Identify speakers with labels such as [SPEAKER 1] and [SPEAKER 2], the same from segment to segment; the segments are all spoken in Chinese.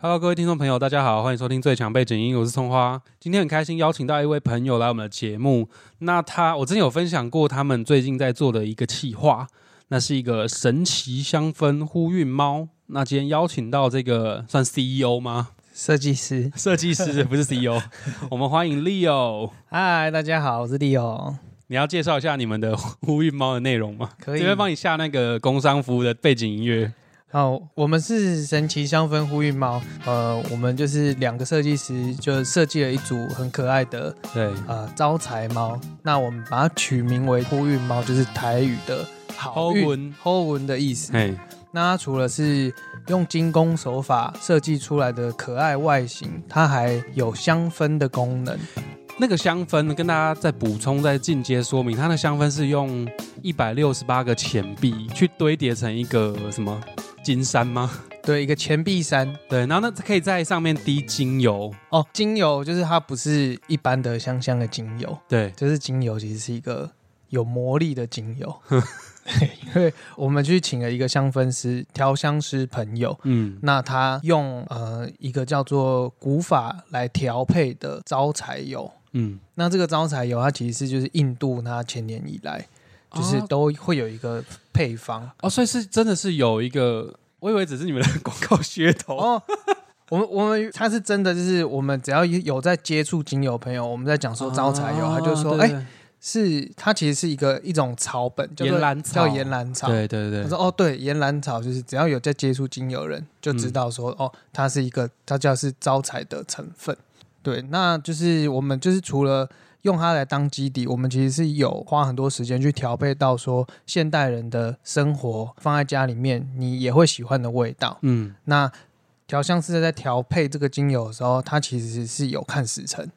[SPEAKER 1] Hello，各位听众朋友，大家好，欢迎收听最强背景音，我是葱花。今天很开心邀请到一位朋友来我们的节目。那他，我之前有分享过他们最近在做的一个企划，那是一个神奇香氛呼韵猫。那今天邀请到这个算 CEO 吗？
[SPEAKER 2] 设计师，
[SPEAKER 1] 设计师不是 CEO，我们欢迎 Leo。
[SPEAKER 2] 嗨，大家好，我是 Leo。
[SPEAKER 1] 你要介绍一下你们的呼韵猫的内容吗？
[SPEAKER 2] 可以
[SPEAKER 1] 这边帮你下那个工商服务的背景音乐。
[SPEAKER 2] 哦，我们是神奇香氛呼吁猫，呃，我们就是两个设计师就设计了一组很可爱的
[SPEAKER 1] 对，
[SPEAKER 2] 呃招财猫，那我们把它取名为呼吁猫，就是台语的好
[SPEAKER 1] 好
[SPEAKER 2] 运、
[SPEAKER 1] 文，
[SPEAKER 2] 好运的意思。
[SPEAKER 1] 嘿，
[SPEAKER 2] 那它除了是用精工手法设计出来的可爱外形，它还有香氛的功能。
[SPEAKER 1] 那个香氛跟大家再补充、再进阶说明，它的香氛是用一百六十八个钱币去堆叠成一个什么金山吗？
[SPEAKER 2] 对，一个钱币山
[SPEAKER 1] 对，然后那可以在上面滴精油，
[SPEAKER 2] 哦，精油就是它不是一般的香香的精油，
[SPEAKER 1] 对，
[SPEAKER 2] 就是精油其实是一个有魔力的精油， 因为我们去请了一个香氛师、调香师朋友，
[SPEAKER 1] 嗯，
[SPEAKER 2] 那他用呃一个叫做古法来调配的招财油。
[SPEAKER 1] 嗯，
[SPEAKER 2] 那这个招财油，它其实是就是印度它千年以来就是
[SPEAKER 1] 哦
[SPEAKER 2] 都会有一个配方
[SPEAKER 1] 哦，所以是真的是有一个，我以为只是你们的广告噱头，
[SPEAKER 2] 哦。我们我们它是真的，就是我们只要有在接触精油朋友，我们在讲说招财油，
[SPEAKER 1] 啊
[SPEAKER 2] 他就说，
[SPEAKER 1] 对
[SPEAKER 2] 哎，是它其实是一个一种草本，叫
[SPEAKER 1] 对
[SPEAKER 2] 做
[SPEAKER 1] 岩兰草，
[SPEAKER 2] 叫岩兰草，
[SPEAKER 1] 对对对对，
[SPEAKER 2] 他说：“哦，对，岩兰草就是只要有在接触精油人，就知道说、
[SPEAKER 1] 嗯
[SPEAKER 2] 哦，它是一个，它叫是招财的成分。对，那就是我们就是除了用它来当基底，我们其实是有花很多时间去调配到说现代人的生活放在家里面，你也会喜欢的味道。
[SPEAKER 1] 嗯，
[SPEAKER 2] 那调香师在调配这个精油的时候，他其实是有看时辰，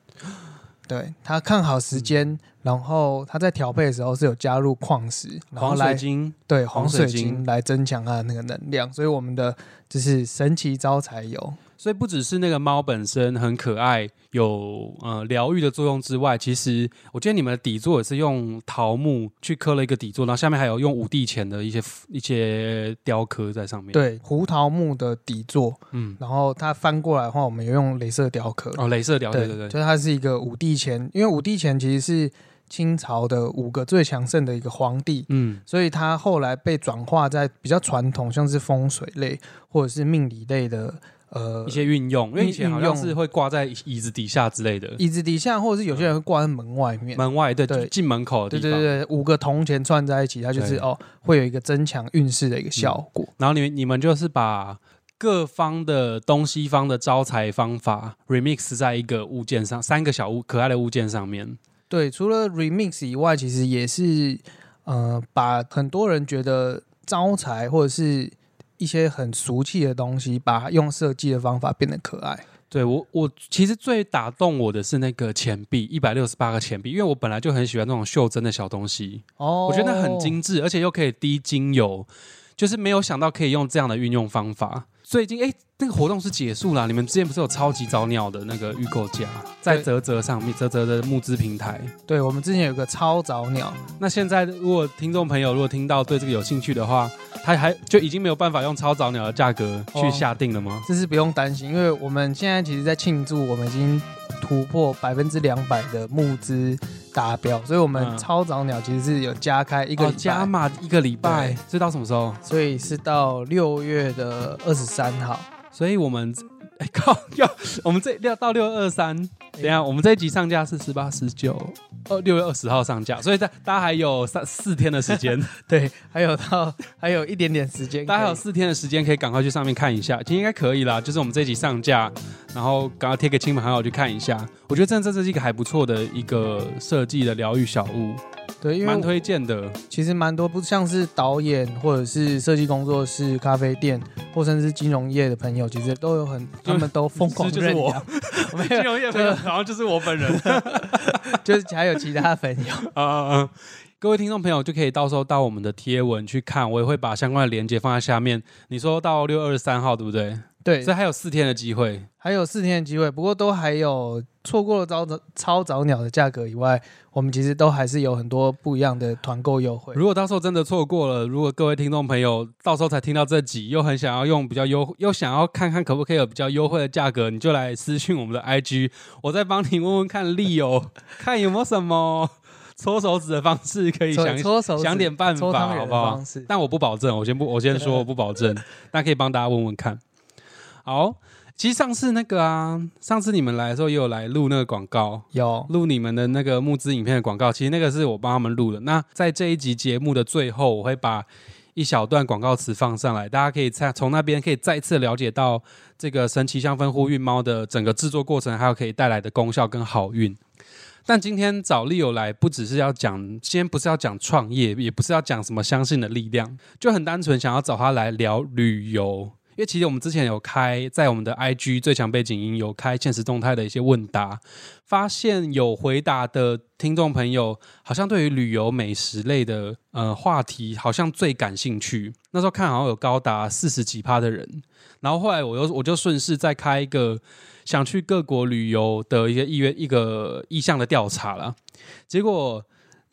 [SPEAKER 2] 对他看好时间，
[SPEAKER 1] 嗯
[SPEAKER 2] 然后他在调配的时候是有加入矿石，然后
[SPEAKER 1] 黄
[SPEAKER 2] 来
[SPEAKER 1] 水晶，
[SPEAKER 2] 对黄水
[SPEAKER 1] 黄水
[SPEAKER 2] 晶
[SPEAKER 1] 晶
[SPEAKER 2] 来增强它的那个能量，所以我们的就是神奇招财油，
[SPEAKER 1] 所以不只是那个猫本身很可爱，有呃疗愈的作用之外，其实我记得你们的底座也是用桃木去刻了一个底座，然后下面还有用五帝钱的一些一些雕刻在上面。，
[SPEAKER 2] 对胡桃木的底座，
[SPEAKER 1] 嗯，
[SPEAKER 2] 然后它翻过来的话，我们有用镭射雕刻，
[SPEAKER 1] 哦，镭射雕，对对对，
[SPEAKER 2] 就是它是一个五帝钱，因为五帝钱其实是清朝的五个最强盛的一个皇帝。
[SPEAKER 1] 嗯，
[SPEAKER 2] 所以它后来被转化在比较传统，像是风水类或者是命理类的，呃
[SPEAKER 1] 一，些运用，因为以前好像
[SPEAKER 2] 运用
[SPEAKER 1] 是会挂在椅子底下之类的，
[SPEAKER 2] 椅子底下，或者是有些人会挂在门外面。
[SPEAKER 1] 门外对，
[SPEAKER 2] 对
[SPEAKER 1] 就进门口的
[SPEAKER 2] 对
[SPEAKER 1] 地
[SPEAKER 2] 对
[SPEAKER 1] 方。
[SPEAKER 2] 对，五个铜钱串在一起，它就是
[SPEAKER 1] 对嗯
[SPEAKER 2] 哦，会有一个增强运势的一个效果。
[SPEAKER 1] 然后你们你们就是把各方的东西方的招财方法 remix 在一个物件上，三个小物可爱的物件上面。
[SPEAKER 2] 对，除了 remix 以外，其实也是呃，把很多人觉得招财或者是一些很俗气的东西，把它用设计的方法变得可爱。
[SPEAKER 1] 对我，我其实最打动我的是那个钱币，一百六十八个钱币，因为我本来就很喜欢那种袖珍的小东西，
[SPEAKER 2] 哦
[SPEAKER 1] 我觉得那很精致，而且又可以滴精油，就是没有想到可以用这样的运用方法。最近哎，那个活动是结束了，你们之前不是有超级早鸟的那个预购价，在
[SPEAKER 2] 对
[SPEAKER 1] 泽泽上面，泽泽的募资平台。
[SPEAKER 2] 对，我们之前有个超早鸟，
[SPEAKER 1] 那现在如果听众朋友如果听到对这个有兴趣的话，他还就已经没有办法用超早鸟的价格去
[SPEAKER 2] 哦
[SPEAKER 1] 下定了吗？
[SPEAKER 2] 这是不用担心，因为我们现在其实在庆祝，我们已经突破百分之两百的募资达标，所以我们
[SPEAKER 1] 嗯
[SPEAKER 2] 超早鸟其实是有加开一
[SPEAKER 1] 一
[SPEAKER 2] 个、
[SPEAKER 1] 哦加，码一个礼拜
[SPEAKER 2] 对，
[SPEAKER 1] 这到什么时候？
[SPEAKER 2] 所以是到六月的二十三号。
[SPEAKER 1] 所以我们哎、 靠要我们这要到六二三，
[SPEAKER 2] 哎
[SPEAKER 1] 等一下我们这一集上架是十八、十九，呃六月二十号上架，所以大大家还有三四天的时 间，
[SPEAKER 2] 对，还有到还有一点点时间可以，
[SPEAKER 1] 大家还有四天的时间可以赶快去上面看一下，其实应该可以啦。就是我们这一集上架，然后赶快贴给亲朋好友去看一下，我觉得真的这是一个还不错的一个设计的疗愈小物，
[SPEAKER 2] 对，因为
[SPEAKER 1] 蛮推荐 的。
[SPEAKER 2] 其实蛮多，不像是导演或者是设计工作室、咖啡店，或甚至金融业的朋友，其实都有 很，他们都疯狂
[SPEAKER 1] 就是
[SPEAKER 2] 认
[SPEAKER 1] 我
[SPEAKER 2] 养， 没
[SPEAKER 1] 金
[SPEAKER 2] 有，
[SPEAKER 1] 融业
[SPEAKER 2] 朋友
[SPEAKER 1] 好像就是我本人
[SPEAKER 2] 就是还有其他朋友，
[SPEAKER 1] 啊，各位听众朋友就可以到时候到我们的贴文去看，我也会把相关的链接放在下面。你说到六二三号对不对？
[SPEAKER 2] 对
[SPEAKER 1] 所，以还有四天的机会。
[SPEAKER 2] 还有四天的机会，不过都还有错过了早早超早鸟的价格以外，我们其实都还是有很多不一样的团购优惠。
[SPEAKER 1] 如果到时候真的错过了，如果各位听众朋友到时候才听到这集，又很想要用比较优，又想要看看可不可以有比较优惠的价格，你就来私讯我们的 IG，我再帮你问问看利友， 看有没有什么搓手指的方式可以
[SPEAKER 2] 搓
[SPEAKER 1] 想
[SPEAKER 2] 搓手指
[SPEAKER 1] 想点办
[SPEAKER 2] 搓
[SPEAKER 1] 法，
[SPEAKER 2] 汤
[SPEAKER 1] 好
[SPEAKER 2] 圆
[SPEAKER 1] 不
[SPEAKER 2] 的
[SPEAKER 1] 好
[SPEAKER 2] 方？式，
[SPEAKER 1] 但我不保证，我 先不，我先说我不保证，但可以帮大家问问看。好，其实上次那个啊，上次你们来的时候也有来录那个广告，
[SPEAKER 2] 有
[SPEAKER 1] 录你们的那个募资影片的广告，其实那个是我帮他们录的。那在这一集节目的最后，我会把一小段广告词放上来，大家可以再从那边可以再次了解到这个神奇香氛呼运猫的整个制作过程，还有可以带来的功效跟好运。但今天找利友来，不只是要讲，今天不是要讲创业，也不是要讲什么相信的力量，就很单纯想要找他来聊旅游。因为其实我们之前有开在我们的 IG 最强背景音有开现实动态的一些问答，发现有回答的听众朋友，好像对于旅游美食类的呃话题，好像最感兴趣。那时候看好像有高达四十几趴的人，然后后来我又我就顺势再开一个想去各国旅游的一个意愿一个意向的调查啦，结果。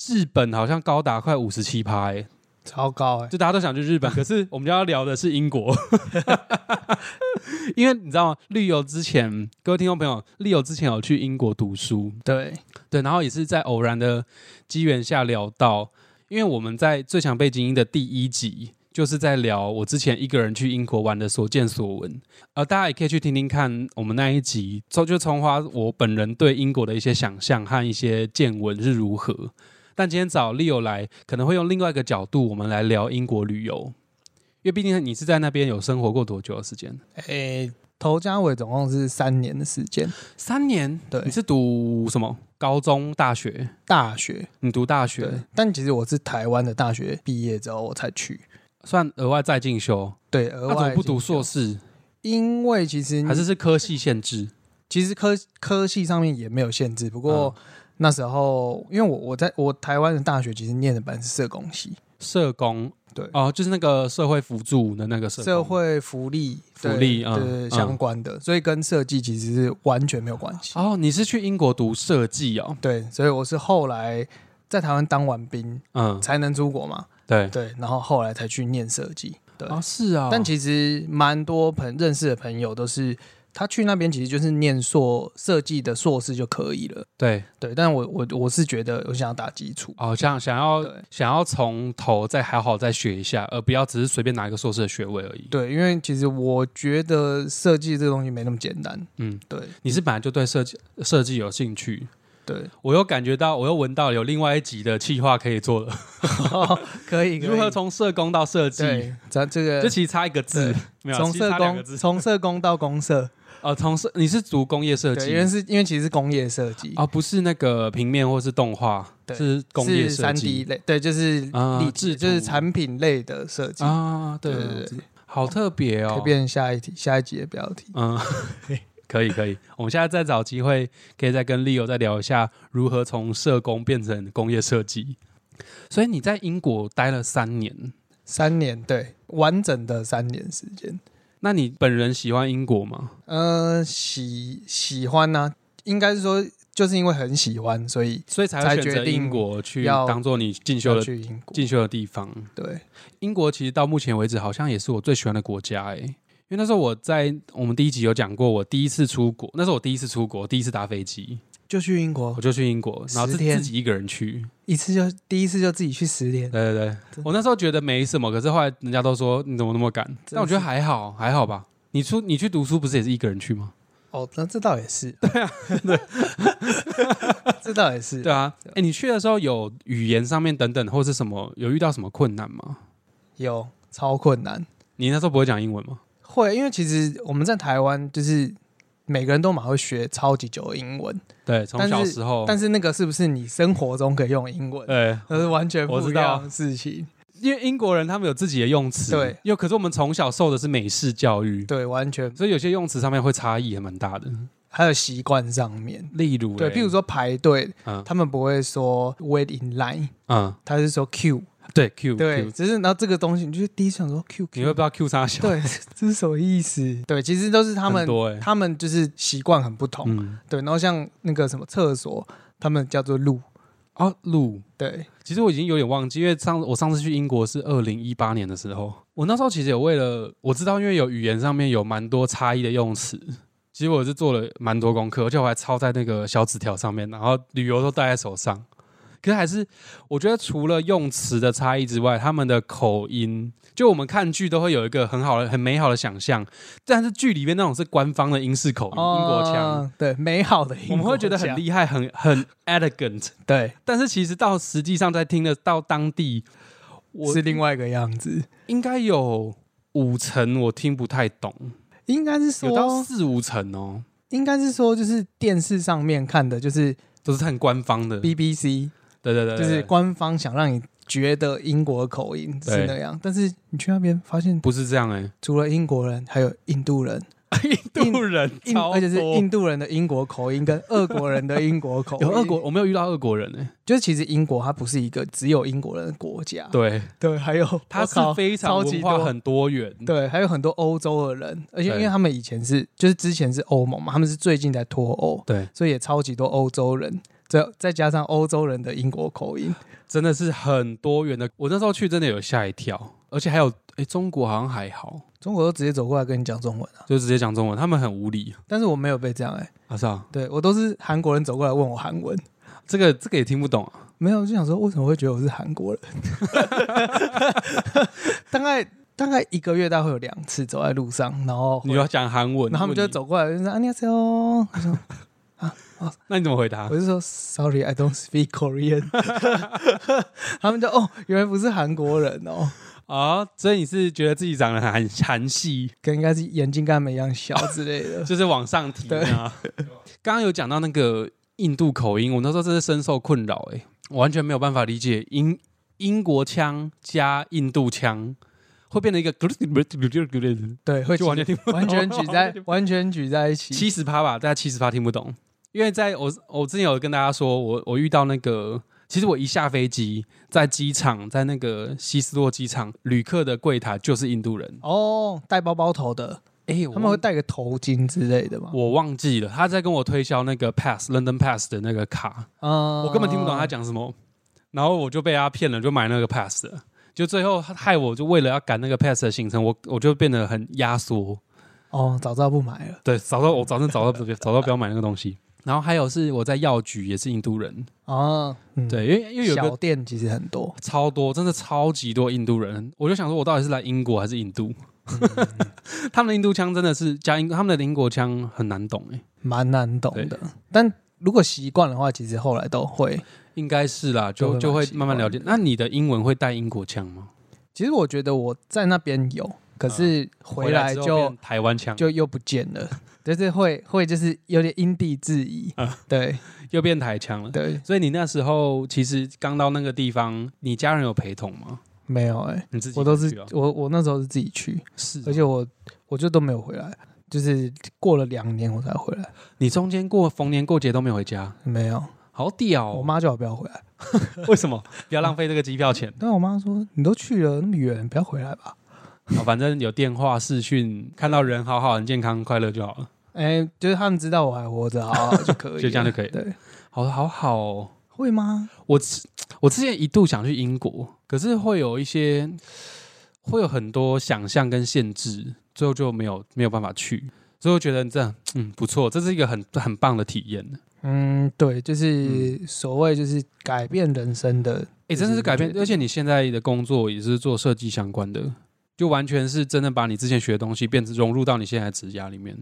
[SPEAKER 1] 日本好像高达快五十七趴，欸
[SPEAKER 2] 超高哎、
[SPEAKER 1] 就大家都想去日本，可是我们要聊的是英国，因为你知道吗？绿游之前，各位听众朋友，绿游之前有去英国读书，
[SPEAKER 2] 对，
[SPEAKER 1] 对，然后也是在偶然的机缘下聊到，因为我们在《最强背景音》的第一集。就是在聊我之前一个人去英国玩的所见所闻，呃，大家也可以去听听看我们那一集，就就从花我本人对英国的一些想象和一些见闻是如何。但今天找 Leo 来，可能会用另外一个角度，我们来聊英国旅游，因为毕竟你是在那边有生活过多久的时间？
[SPEAKER 2] 哎、头家尾总共是三年的时间，
[SPEAKER 1] 三年。
[SPEAKER 2] 对
[SPEAKER 1] 你是读什么？高中、大学？
[SPEAKER 2] 大学
[SPEAKER 1] 你读大
[SPEAKER 2] 对
[SPEAKER 1] 学，，
[SPEAKER 2] 但其实我是台湾的大学毕业之后我才去，
[SPEAKER 1] 算额外再进修。
[SPEAKER 2] 对，额
[SPEAKER 1] 那怎么
[SPEAKER 2] 外
[SPEAKER 1] 不读
[SPEAKER 2] 进修嗯
[SPEAKER 1] 硕？士？
[SPEAKER 2] 因为其实
[SPEAKER 1] 还是是科系限制？
[SPEAKER 2] 其实科科系上面也没有限制，不
[SPEAKER 1] 嗯
[SPEAKER 2] 过那时候因为我我在我台湾的大学其实念的本来是社工系，
[SPEAKER 1] 社工
[SPEAKER 2] 对
[SPEAKER 1] 哦，就是那个社会辅助的那个社工
[SPEAKER 2] 社会福利
[SPEAKER 1] 福
[SPEAKER 2] 对
[SPEAKER 1] 利
[SPEAKER 2] 对
[SPEAKER 1] 嗯
[SPEAKER 2] 对
[SPEAKER 1] 嗯
[SPEAKER 2] 相关的，所以跟设计其实是完全没有关系。
[SPEAKER 1] 哦，你是去英国读设计哦？
[SPEAKER 2] 对，所以我是后来在台湾当完兵
[SPEAKER 1] 嗯，
[SPEAKER 2] 才能出国嘛，
[SPEAKER 1] 对，
[SPEAKER 2] 对，然后后来才去念设计。对，
[SPEAKER 1] 哦是啊，
[SPEAKER 2] 但其实蛮多朋认识的朋友都是他去那边其实就是念硕设计的硕士就可以了。
[SPEAKER 1] 对
[SPEAKER 2] 对，但我我我是觉得我想要打基础。
[SPEAKER 1] 哦，想想要
[SPEAKER 2] 对
[SPEAKER 1] 想要从头再好好再学一下，而不要只是随便拿一个硕士的学位而已。
[SPEAKER 2] 对，因为其实我觉得设计这个东西没那么简单。
[SPEAKER 1] 嗯，
[SPEAKER 2] 对
[SPEAKER 1] 你是本来就对设计设计有兴趣，
[SPEAKER 2] 对，
[SPEAKER 1] 我又感觉到，我又闻到有另外一集的企划可以做了，
[SPEAKER 2] 可以可以
[SPEAKER 1] 如何从社工到设计，
[SPEAKER 2] 对，咱这
[SPEAKER 1] 这
[SPEAKER 2] 个
[SPEAKER 1] 其实差一个字
[SPEAKER 2] 对，
[SPEAKER 1] 没有啊
[SPEAKER 2] 从
[SPEAKER 1] 其实
[SPEAKER 2] 社
[SPEAKER 1] 差两个
[SPEAKER 2] 工
[SPEAKER 1] 字
[SPEAKER 2] 从社工到公社，
[SPEAKER 1] 哦，从 设你是读工业设
[SPEAKER 2] 对，
[SPEAKER 1] 计
[SPEAKER 2] 因，为是因为其实是工业设计
[SPEAKER 1] 啊，不是那个平面或是动画，
[SPEAKER 2] 对
[SPEAKER 1] 是工业
[SPEAKER 2] 是
[SPEAKER 1] 设
[SPEAKER 2] 三 D
[SPEAKER 1] 计
[SPEAKER 2] 类，对，就是
[SPEAKER 1] 啊
[SPEAKER 2] 立
[SPEAKER 1] 制
[SPEAKER 2] 体，
[SPEAKER 1] 图
[SPEAKER 2] 就是产品类的设计。
[SPEAKER 1] 啊，对
[SPEAKER 2] 对
[SPEAKER 1] 对
[SPEAKER 2] 对
[SPEAKER 1] 对
[SPEAKER 2] 对，
[SPEAKER 1] 好特别
[SPEAKER 2] 可以
[SPEAKER 1] 哦。
[SPEAKER 2] 变成下一题下一集的标题。
[SPEAKER 1] 嗯，可以可以，我们现在再找机会，可以再跟 Leo 再聊一下如何从社工变成工业设计。所以你在英国待了三年，
[SPEAKER 2] 三年，对，完整的三年时间。
[SPEAKER 1] 那你本人喜欢英国吗？
[SPEAKER 2] 呃，喜喜欢呢、应该是说就是因为很喜欢，所以
[SPEAKER 1] 所以才
[SPEAKER 2] 才
[SPEAKER 1] 会选择
[SPEAKER 2] 决定
[SPEAKER 1] 英国去
[SPEAKER 2] 要
[SPEAKER 1] 当做你进修
[SPEAKER 2] 要
[SPEAKER 1] 的
[SPEAKER 2] 去英国。
[SPEAKER 1] 进修的地方。
[SPEAKER 2] 对，
[SPEAKER 1] 英国其实到目前为止好像也是我最喜欢的国家诶、因为那时候我在我们第一集有讲过，我第一次出国，那是我第一次出国，第一次搭飞机，
[SPEAKER 2] 就去英国
[SPEAKER 1] 我就去英国，然后自
[SPEAKER 2] 十天
[SPEAKER 1] 自己一个人去。
[SPEAKER 2] 一次就第一次就自己去十天，
[SPEAKER 1] 对对对，我那时候觉得没什么，可是后来人家都说你怎么那么敢？但我觉得还好，还好吧。你出你去读书不是也是一个人去吗？
[SPEAKER 2] 哦，那这倒 也是，对啊， 对，这倒也是。
[SPEAKER 1] 对啊，哎，你去的时候有语言上面等等或是什么有遇到什么困难吗？
[SPEAKER 2] 有超困难，
[SPEAKER 1] 你那时候不会讲英文吗？
[SPEAKER 2] 会，因为其实我们在台湾就是每个人都蛮会学超级久的英文，
[SPEAKER 1] 对，从
[SPEAKER 2] 但是
[SPEAKER 1] 小时候，
[SPEAKER 2] 但是那个是不是你生活中可以用英文，
[SPEAKER 1] 哦对，
[SPEAKER 2] 那是完全
[SPEAKER 1] 我
[SPEAKER 2] 不
[SPEAKER 1] 知
[SPEAKER 2] 一
[SPEAKER 1] 道
[SPEAKER 2] 样的事情。
[SPEAKER 1] 因为英国人他们有自己的用词，
[SPEAKER 2] 对，
[SPEAKER 1] 又可是我们从小受的是美式教育，
[SPEAKER 2] 对，完全
[SPEAKER 1] 所以有些用词上面会差异还蛮大的。
[SPEAKER 2] 还有习惯上面。
[SPEAKER 1] 例如、
[SPEAKER 2] 对，
[SPEAKER 1] 欸
[SPEAKER 2] 譬如，说排队，
[SPEAKER 1] 嗯
[SPEAKER 2] 他们不会说 wait in line，
[SPEAKER 1] 嗯，
[SPEAKER 2] 他是说 queue。
[SPEAKER 1] 对 Q，
[SPEAKER 2] 对，，只是然后这个东西，你就是第一想说 Q，
[SPEAKER 1] 你会不知道 Q 啥小，
[SPEAKER 2] 对，这是什么意思？对，其实都是他
[SPEAKER 1] 很
[SPEAKER 2] 们，
[SPEAKER 1] 多哎、欸，
[SPEAKER 2] 他们就是习惯很不同。
[SPEAKER 1] 嗯，
[SPEAKER 2] 对，然后像那个什么厕所，他们叫做路。
[SPEAKER 1] 啊路。
[SPEAKER 2] 对，
[SPEAKER 1] 其实我已经有点忘记，因为上我上次去英国是二零一八年的时候，我那时候其实有为了我知道，因为有语言上面有蛮多差异的用词，其实我是做了蛮多功课，而且我还抄在那个小纸条上面，然后旅游都带在手上。可是还是，我觉得除了用词的差异之外，他们的口音，就我们看剧都会有一个很好的、很美好的想象，但是剧里面那种是官方的英式口音、英国腔，
[SPEAKER 2] 哦，对，美好的英国
[SPEAKER 1] 我们会觉得很
[SPEAKER 2] 腔
[SPEAKER 1] 厉害、很很 elegant，
[SPEAKER 2] 对，
[SPEAKER 1] 但是其实到实际上在听的到当地，我
[SPEAKER 2] 是另外一个样子，
[SPEAKER 1] 应该有五成我听不太懂，
[SPEAKER 2] 应该是
[SPEAKER 1] 有到
[SPEAKER 2] 说，
[SPEAKER 1] 四五成哦，
[SPEAKER 2] 应该是说，就是电视上面看的，就是
[SPEAKER 1] 都是看官方的。对
[SPEAKER 2] BBC，
[SPEAKER 1] 对对，
[SPEAKER 2] 就是
[SPEAKER 1] 对
[SPEAKER 2] 官方想让你觉得英国口音
[SPEAKER 1] 对
[SPEAKER 2] 是那样，但是你去那边发现，
[SPEAKER 1] 不是这样 哎，
[SPEAKER 2] 除了英国人，还有印度人，
[SPEAKER 1] 印度人
[SPEAKER 2] 印
[SPEAKER 1] 超多
[SPEAKER 2] 而且是印度人的英国口音跟俄国人的英国口 音，
[SPEAKER 1] 有俄国，，我没有遇到俄国人哎，
[SPEAKER 2] 就是其实英国它不是一个只有英国人的国家，
[SPEAKER 1] 对，
[SPEAKER 2] 对，还有
[SPEAKER 1] 他
[SPEAKER 2] 我
[SPEAKER 1] 是
[SPEAKER 2] 靠
[SPEAKER 1] 非常
[SPEAKER 2] 啊超级
[SPEAKER 1] 文化
[SPEAKER 2] 多
[SPEAKER 1] 很多元，
[SPEAKER 2] 对，还有很多欧洲的人，而且因
[SPEAKER 1] 对
[SPEAKER 2] 为他们以前是就是之前是欧盟嘛，他们是最近才脱欧，
[SPEAKER 1] 对，
[SPEAKER 2] 所以也超级多欧洲人，再再加上欧洲人的英国口音，
[SPEAKER 1] 真的是很多元的。我那时候去真的有吓一跳，而且还有哎，中国好像还好，
[SPEAKER 2] 中国都直接走过来跟你讲中文啊。
[SPEAKER 1] 就直接讲中文，他们很无理。
[SPEAKER 2] 但是我没有被这样哎、
[SPEAKER 1] 啊是啊，
[SPEAKER 2] 对我都是韩国人走过来问我韩文，
[SPEAKER 1] 这个这个也听不懂啊，
[SPEAKER 2] 没有就想说为什么会觉得我是韩国人？ 大概大概一个月大概会有两次走在路上，然后会
[SPEAKER 1] 你要讲韩文，
[SPEAKER 2] 然后他们
[SPEAKER 1] 问
[SPEAKER 2] 就会
[SPEAKER 1] 你
[SPEAKER 2] 走过来就说안녕하세요，啊
[SPEAKER 1] 那你怎么回答
[SPEAKER 2] 我？就说 Sorry, I don't speak Korean 。 他们就哦，原来不是韩国人哦，
[SPEAKER 1] 啊、所以你是觉得自己长得很韩韩 系，
[SPEAKER 2] 跟应该是眼睛跟他们一样小之类 的。
[SPEAKER 1] 就是往上提啊。刚刚有讲到那个印度口音，我那时候真是深受困扰，哎，我完全没有办法理解英英国腔加印度腔会变成一个，
[SPEAKER 2] 对，会
[SPEAKER 1] 就完全
[SPEAKER 2] 举
[SPEAKER 1] 听不懂，
[SPEAKER 2] 完全举在完全举在一 起。
[SPEAKER 1] 七十趴吧，大概七十趴听不懂。因为在我我之前有跟大家说，我我遇到那个，其实我一下飞机，在机场，在那个希斯洛机场，旅客的柜台就是印度人，
[SPEAKER 2] 哦，带包包头的，
[SPEAKER 1] 哎、
[SPEAKER 2] 他们会戴个头巾之类的嘛？
[SPEAKER 1] 我忘记了，他在跟我推销那个 Pass London Pass 的那个卡，
[SPEAKER 2] 嗯
[SPEAKER 1] 我根本听不懂他。讲什么，然后我就被他骗了，就买那个 Pass 了。就最后害我，就为了要赶那个 pass 的行程，我我就变得很压缩。
[SPEAKER 2] 哦，早知道不买了。
[SPEAKER 1] 对，早知道我早上早到早到不要买那个东西。然后还有是我在药局也是印度人，
[SPEAKER 2] 哦，嗯，
[SPEAKER 1] 对，因为因为有一
[SPEAKER 2] 小
[SPEAKER 1] 个
[SPEAKER 2] 店其实很多，
[SPEAKER 1] 超多，真的超级多印度人，我就想说我到底是来英国还是印度？
[SPEAKER 2] 嗯
[SPEAKER 1] 他们的印度腔真的是加英，他们的英国腔很难懂哎、
[SPEAKER 2] 蛮难懂的。但如果习惯的话，其实后来都会。
[SPEAKER 1] 应该是啦，
[SPEAKER 2] 就
[SPEAKER 1] 就就
[SPEAKER 2] 会
[SPEAKER 1] 会
[SPEAKER 2] 蛮习
[SPEAKER 1] 慢慢了
[SPEAKER 2] 惯
[SPEAKER 1] 解。那你的英文会带英国腔吗？
[SPEAKER 2] 其实我觉得我在那边有，可是回来
[SPEAKER 1] 嗯之后
[SPEAKER 2] 就
[SPEAKER 1] 变台湾腔，
[SPEAKER 2] 就又不见 了，就是会会就是有点因地制宜，
[SPEAKER 1] 嗯
[SPEAKER 2] 对
[SPEAKER 1] 又变台腔了。
[SPEAKER 2] 对，
[SPEAKER 1] 所以你那时候其实刚到那个地方，你家人有陪同吗？
[SPEAKER 2] 没有哎、
[SPEAKER 1] 你自己
[SPEAKER 2] 我都
[SPEAKER 1] 回
[SPEAKER 2] 是
[SPEAKER 1] 去哦
[SPEAKER 2] 我我那时候是自己去，
[SPEAKER 1] 是哦，
[SPEAKER 2] 而且我我就都没有回来，就是过了两年我才回来，
[SPEAKER 1] 你中间过逢年过节都没有回家，
[SPEAKER 2] 没有，
[SPEAKER 1] 好屌
[SPEAKER 2] 我
[SPEAKER 1] 哦！
[SPEAKER 2] 妈叫我不要回来，
[SPEAKER 1] 为什么？不要浪费这个机票 钱
[SPEAKER 2] 但我妈说你都去了那么远，不要回来吧，
[SPEAKER 1] 哦反正有电话视讯，看到人好好、很健康、快乐就好了。
[SPEAKER 2] 哎、就是他们知道我还活 着，好好就可以了，
[SPEAKER 1] 就这样就可以了
[SPEAKER 2] 对，
[SPEAKER 1] 好好好、哦，
[SPEAKER 2] 会吗？
[SPEAKER 1] 我之我之前一度想去英国，可是会有一些会有很多想象跟限制，最后就没有没有办法去。所以我觉得这样，嗯，不错，这是一个很很棒的体验。
[SPEAKER 2] 嗯，对，就是所谓就是改变人生的，
[SPEAKER 1] 哎、真的是改变，
[SPEAKER 2] 就是
[SPEAKER 1] 而且你现在的工作也是做设计相关的，就完全是真的把你之前学的东西变成融入到你现在的职涯里面。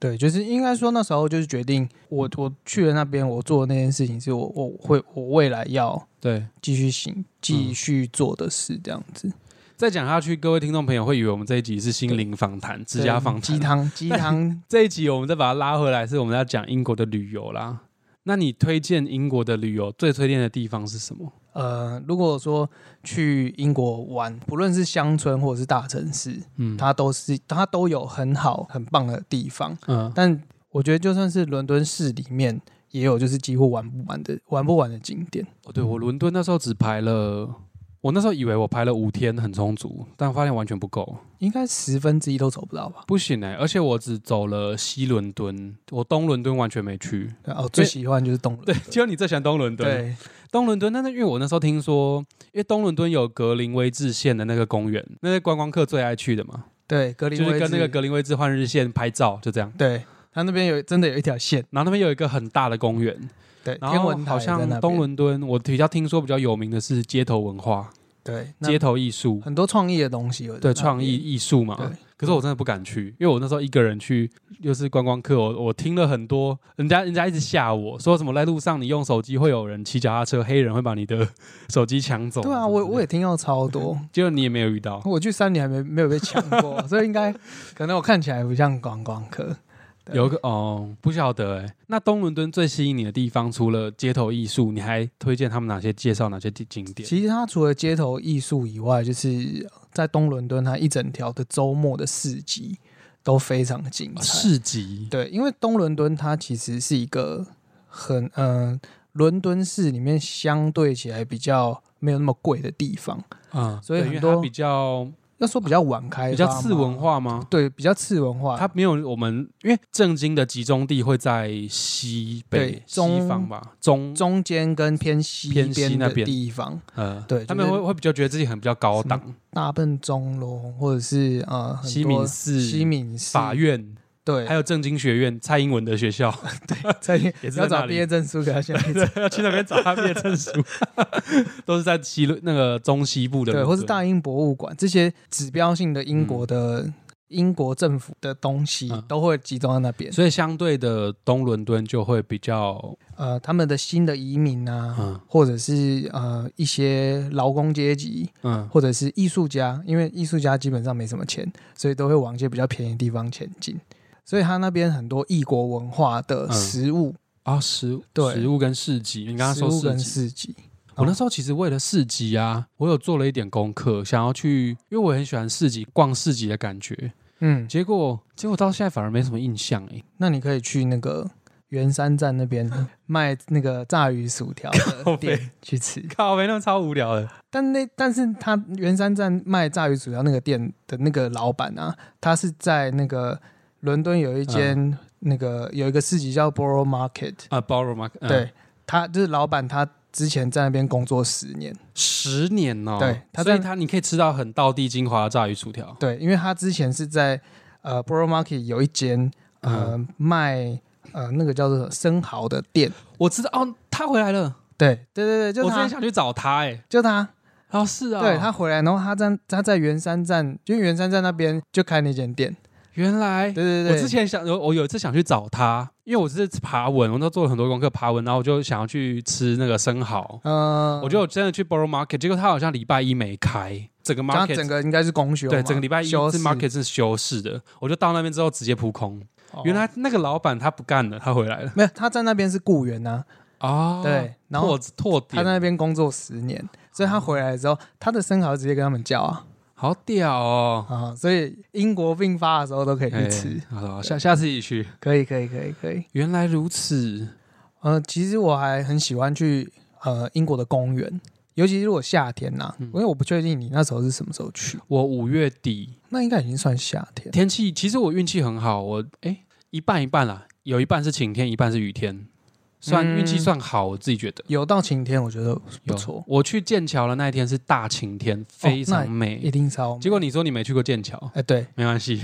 [SPEAKER 2] 对，就是应该说那时候就是决定我我去了那边，我做的那件事情是我我会我未来要
[SPEAKER 1] 对，
[SPEAKER 2] 继续行继续做的事，这样子。
[SPEAKER 1] 再讲下去，各位听众朋友会以为我们这一集是心灵访谈、职涯访
[SPEAKER 2] 对鸡
[SPEAKER 1] 谈。
[SPEAKER 2] 汤鸡汤
[SPEAKER 1] 这一集我们再把它拉回来，是我们要讲英国的旅游啦。那你推荐英国的旅游最推荐的地方是什么？
[SPEAKER 2] 呃，如果说去英国玩，不论是乡村或者是大城市，
[SPEAKER 1] 嗯
[SPEAKER 2] 它都是它都有很好很棒的地方。
[SPEAKER 1] 嗯
[SPEAKER 2] 但我觉得就算是伦敦市里面，也有就是几乎玩不完的玩不完的景点。
[SPEAKER 1] 哦，对我伦敦那时候只排了，我那时候以为我排了五天很充足，但发现完全不够，
[SPEAKER 2] 应该十分之一都走不到吧？
[SPEAKER 1] 不行哎、而且我只走了西伦敦，我东伦敦完全没去。
[SPEAKER 2] 对啊哦，最喜欢就是东伦
[SPEAKER 1] 对
[SPEAKER 2] 敦，，
[SPEAKER 1] 只有你最喜欢东伦敦。
[SPEAKER 2] 对，
[SPEAKER 1] 东伦敦，但是因为我那时候听说，因为东伦敦有格林威治县的那个公园，那是观光客最爱去的嘛，
[SPEAKER 2] 对，格林
[SPEAKER 1] 就
[SPEAKER 2] 威
[SPEAKER 1] 是
[SPEAKER 2] 治
[SPEAKER 1] 跟那个格林威治换日线拍照，就这样。
[SPEAKER 2] 对，它那边有真的有一条线，
[SPEAKER 1] 然后那边有一个很大的公园，
[SPEAKER 2] 对，
[SPEAKER 1] 然
[SPEAKER 2] 天
[SPEAKER 1] 后
[SPEAKER 2] 文台
[SPEAKER 1] 好
[SPEAKER 2] 在那
[SPEAKER 1] 像
[SPEAKER 2] 边
[SPEAKER 1] 东伦敦，我比较听说比较有名的是街头文化、
[SPEAKER 2] 对那
[SPEAKER 1] 街头艺术，
[SPEAKER 2] 嗯很多创意的东西有在
[SPEAKER 1] 对
[SPEAKER 2] 那边
[SPEAKER 1] 创意，艺术嘛
[SPEAKER 2] 对。
[SPEAKER 1] 可是我真的不敢去，因为我那时候一个人去，又是观光客，我我听了很多，人家人家一直吓我说什么在路上你用手机会有人骑脚踏车，黑人会把你的手机抢走。
[SPEAKER 2] 对
[SPEAKER 1] 什
[SPEAKER 2] 啊，
[SPEAKER 1] 么
[SPEAKER 2] 我
[SPEAKER 1] 之类
[SPEAKER 2] 我也听到超多，
[SPEAKER 1] 结果你也没有遇到。
[SPEAKER 2] 我去三年还没没有被抢 过，所以应该可能我看起来不像观光客，对
[SPEAKER 1] 有个哦，不晓得哎、那东伦敦最吸引你的地方，除了街头艺术，你还推荐他们哪些介绍哪些地景点？
[SPEAKER 2] 其实它除了街头艺术以外，就是呃在东伦敦，它一整条的周末的市集都非常精
[SPEAKER 1] 哦
[SPEAKER 2] 彩。
[SPEAKER 1] 市集，
[SPEAKER 2] 对，因为东伦敦它其实是一个很嗯、伦敦市里面相对起来比较没有那么贵的地方。
[SPEAKER 1] 嗯，
[SPEAKER 2] 所以
[SPEAKER 1] 对因为
[SPEAKER 2] 很多
[SPEAKER 1] 它比较
[SPEAKER 2] 要说比较晚开，
[SPEAKER 1] 比较次文，化吗？
[SPEAKER 2] 对，比较次文化。
[SPEAKER 1] 它没有我们，因为正经的集中地会在西北
[SPEAKER 2] 对
[SPEAKER 1] 西方
[SPEAKER 2] 中
[SPEAKER 1] 吧，中
[SPEAKER 2] 中间跟偏西
[SPEAKER 1] 偏西
[SPEAKER 2] 边
[SPEAKER 1] 那
[SPEAKER 2] 的
[SPEAKER 1] 边
[SPEAKER 2] 地方，
[SPEAKER 1] 呃，
[SPEAKER 2] 对
[SPEAKER 1] 他
[SPEAKER 2] 就
[SPEAKER 1] 们
[SPEAKER 2] 是
[SPEAKER 1] 会会比较觉得自己很比较高档，
[SPEAKER 2] 大笨钟咯，或者是呃很
[SPEAKER 1] 西
[SPEAKER 2] 多
[SPEAKER 1] 敏寺、
[SPEAKER 2] 西敏寺
[SPEAKER 1] 法院，
[SPEAKER 2] 对，
[SPEAKER 1] 还有正经学院，蔡英文的学校，
[SPEAKER 2] 在
[SPEAKER 1] 也是在
[SPEAKER 2] 要
[SPEAKER 1] 那
[SPEAKER 2] 找
[SPEAKER 1] 里
[SPEAKER 2] 毕业证书给他先去
[SPEAKER 1] 对，要去那边找他毕业证书， 都是在西那个中西部的伦
[SPEAKER 2] 对，
[SPEAKER 1] 敦，
[SPEAKER 2] 或是大英博物馆这些指标性的英国的、英国政府的东西
[SPEAKER 1] 嗯
[SPEAKER 2] 都会集中在那边。
[SPEAKER 1] 所以相对的，东伦敦就会比较，
[SPEAKER 2] 呃，他们的新的移民啊，
[SPEAKER 1] 嗯
[SPEAKER 2] 或者是呃一些劳工阶级，
[SPEAKER 1] 嗯，
[SPEAKER 2] 或者是艺术家，因为艺术家基本上没什么钱，所以都会往一些比较便宜的地方前进。所以他那边很多异国文化的
[SPEAKER 1] 嗯
[SPEAKER 2] 食物，
[SPEAKER 1] 啊，食
[SPEAKER 2] 对
[SPEAKER 1] 食物跟市集，你刚刚
[SPEAKER 2] 食
[SPEAKER 1] 说
[SPEAKER 2] 物
[SPEAKER 1] 市
[SPEAKER 2] 跟
[SPEAKER 1] 集，
[SPEAKER 2] 市集，
[SPEAKER 1] 我那时候其实为了市集啊，我有做了一点功课，想要去，因为我很喜欢市集，逛市集的感觉。
[SPEAKER 2] 嗯，
[SPEAKER 1] 结果，结果到现在反而没什么印象欸诶、
[SPEAKER 2] 那你可以去那个圆山站那边
[SPEAKER 1] 嗯
[SPEAKER 2] 卖那个炸鱼薯条
[SPEAKER 1] 靠
[SPEAKER 2] 的
[SPEAKER 1] 北
[SPEAKER 2] 店去吃。
[SPEAKER 1] 靠，没那么超无聊的。
[SPEAKER 2] 但那但是他圆山站卖炸鱼薯条那个店的那个老板啊，他是在那个伦敦有一间、
[SPEAKER 1] 嗯
[SPEAKER 2] 那个有一个市集叫 Borough Market，、
[SPEAKER 1] 啊，borrow 吗？嗯，
[SPEAKER 2] 对他就是老板他之前在那边工作十年，
[SPEAKER 1] 十年哦、
[SPEAKER 2] 对他
[SPEAKER 1] 所以
[SPEAKER 2] 在
[SPEAKER 1] 他你可以吃到很道地精华的炸鱼薯条。
[SPEAKER 2] 对，因为他之前是在呃 Borough Market 有一间呃、
[SPEAKER 1] 嗯
[SPEAKER 2] 卖呃那个叫做生蚝的店，
[SPEAKER 1] 我知道哦，他回来了，
[SPEAKER 2] 对对对对，就
[SPEAKER 1] 我之前
[SPEAKER 2] 他
[SPEAKER 1] 想去找他诶、
[SPEAKER 2] 就他，
[SPEAKER 1] 哦，是啊、
[SPEAKER 2] 对他回来，然后他在他在圆山站，就圆山站那边就开那间店，
[SPEAKER 1] 原来
[SPEAKER 2] 对对对，
[SPEAKER 1] 我之前想，我我有一次想去找他，因为我是爬文，我那时候做了很多功课爬文，然后我就想要去吃那个生蚝，
[SPEAKER 2] 嗯，
[SPEAKER 1] 我就真的去 Borough Market，结果他好像礼拜一没开，整个
[SPEAKER 2] 它
[SPEAKER 1] market
[SPEAKER 2] 整个应该是公休嘛，
[SPEAKER 1] 对整个礼拜一是
[SPEAKER 2] 休市
[SPEAKER 1] market 是休市的，我就到那边之后直接扑空。
[SPEAKER 2] 哦
[SPEAKER 1] 原来那个老板他不干了，他回来了
[SPEAKER 2] 没有，他在那边是雇员呐、
[SPEAKER 1] 哦，
[SPEAKER 2] 对，然后
[SPEAKER 1] 拓拓
[SPEAKER 2] 他
[SPEAKER 1] 点
[SPEAKER 2] 在那边工作十年，所以他回来之后，他的生蚝直接跟他们叫啊
[SPEAKER 1] 好屌哦，
[SPEAKER 2] 啊，所以英国并发的时候都可以去吃，
[SPEAKER 1] 哎，好下下次一起去。
[SPEAKER 2] 可以可以可以可以，
[SPEAKER 1] 原来如此，
[SPEAKER 2] 呃，其实我还很喜欢去呃英国的公园。尤其是如果夏天呐、
[SPEAKER 1] 嗯
[SPEAKER 2] 因为我不确定你那时候是什么时候去，
[SPEAKER 1] 我五月底
[SPEAKER 2] 那应该已经算夏天。
[SPEAKER 1] 天气，其实我运气很好，我哎、一半一半啦，有一半是晴天，一半是雨天，算
[SPEAKER 2] 嗯
[SPEAKER 1] 运气算好，我自己觉得
[SPEAKER 2] 有到晴天，我觉得不
[SPEAKER 1] 有
[SPEAKER 2] 错，哦
[SPEAKER 1] 我去剑桥的那一天是大晴天，非
[SPEAKER 2] 那
[SPEAKER 1] 常
[SPEAKER 2] 一
[SPEAKER 1] 美。
[SPEAKER 2] 定超美。
[SPEAKER 1] 结果你说你没去过剑 桥，
[SPEAKER 2] 哎，对
[SPEAKER 1] 没关系，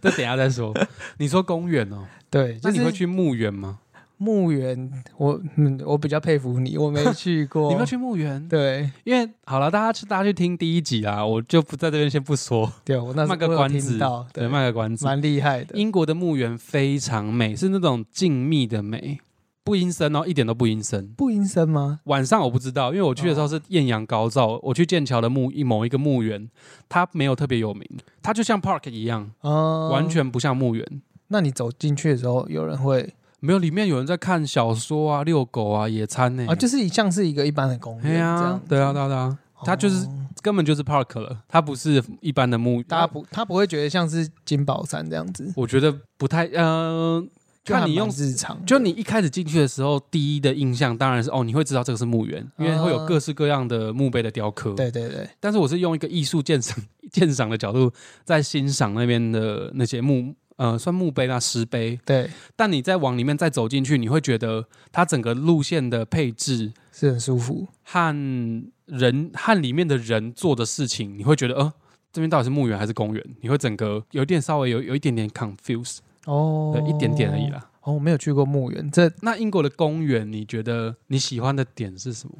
[SPEAKER 1] 这等一下再说。你说公园哦，
[SPEAKER 2] 对，
[SPEAKER 1] 那你
[SPEAKER 2] 就
[SPEAKER 1] 会
[SPEAKER 2] 是
[SPEAKER 1] 去墓园吗？
[SPEAKER 2] 墓园，我嗯，我比较佩服你，我没 去过。
[SPEAKER 1] 你没有？去墓园？
[SPEAKER 2] 对
[SPEAKER 1] 因为好了，大家去大家去听第一集啦，我就不在这边先不说，
[SPEAKER 2] 对，我那时
[SPEAKER 1] 卖
[SPEAKER 2] 候
[SPEAKER 1] 个
[SPEAKER 2] 我有
[SPEAKER 1] 关子
[SPEAKER 2] 听到，
[SPEAKER 1] 对，
[SPEAKER 2] 对，
[SPEAKER 1] 卖个关子。
[SPEAKER 2] 蛮厉害的。
[SPEAKER 1] 英国的墓园非常美，是那种静谧的美，不阴森哦，一点都不阴森。
[SPEAKER 2] 不阴森吗？
[SPEAKER 1] 晚上我不知道，因为我去的时候是艳阳高照。
[SPEAKER 2] 嗯
[SPEAKER 1] 我去剑桥的墓一某一个墓园，它没有特别有名，它就像 park 一样，
[SPEAKER 2] 嗯，
[SPEAKER 1] 完。全不像墓园。
[SPEAKER 2] 那你走进去的时候，有人会
[SPEAKER 1] 没有，里面有人在看小说啊、遛狗啊、野餐呢、
[SPEAKER 2] 啊，就是像是一个一般的公
[SPEAKER 1] 哎
[SPEAKER 2] 园这
[SPEAKER 1] 呀
[SPEAKER 2] 样。，
[SPEAKER 1] 对啊，对啊，对啊，它就是
[SPEAKER 2] 哦
[SPEAKER 1] 根本就是 park 了，它不是一般
[SPEAKER 2] 啊
[SPEAKER 1] 的墓园。
[SPEAKER 2] 大家不，他不会觉得像是金宝山这样子。
[SPEAKER 1] 我觉得不太，嗯、看你
[SPEAKER 2] 还蛮
[SPEAKER 1] 用
[SPEAKER 2] 日常的，
[SPEAKER 1] 就你一开始进去的时候，第一的印象当然是哦，你会知道这个是墓园，因为会有各式各样的墓碑的雕刻。，
[SPEAKER 2] 啊对对对，
[SPEAKER 1] 但是我是用一个艺术鉴赏鉴赏的角度在欣赏那边的那些墓，呃，算墓碑啦、石碑。
[SPEAKER 2] 对，
[SPEAKER 1] 但你再往里面再走进去，你会觉得它整个路线的配置
[SPEAKER 2] 是很舒服。
[SPEAKER 1] 和人和里面的人做的事情，你会觉得呃。这边到底是墓园还是公园？你会整个有一点稍微有有一点点 confuse，
[SPEAKER 2] 哦
[SPEAKER 1] 对，，一点点而已。啦。
[SPEAKER 2] 哦，我没有去过墓园，这
[SPEAKER 1] 那英国的公园，你觉得你喜欢的点是什么？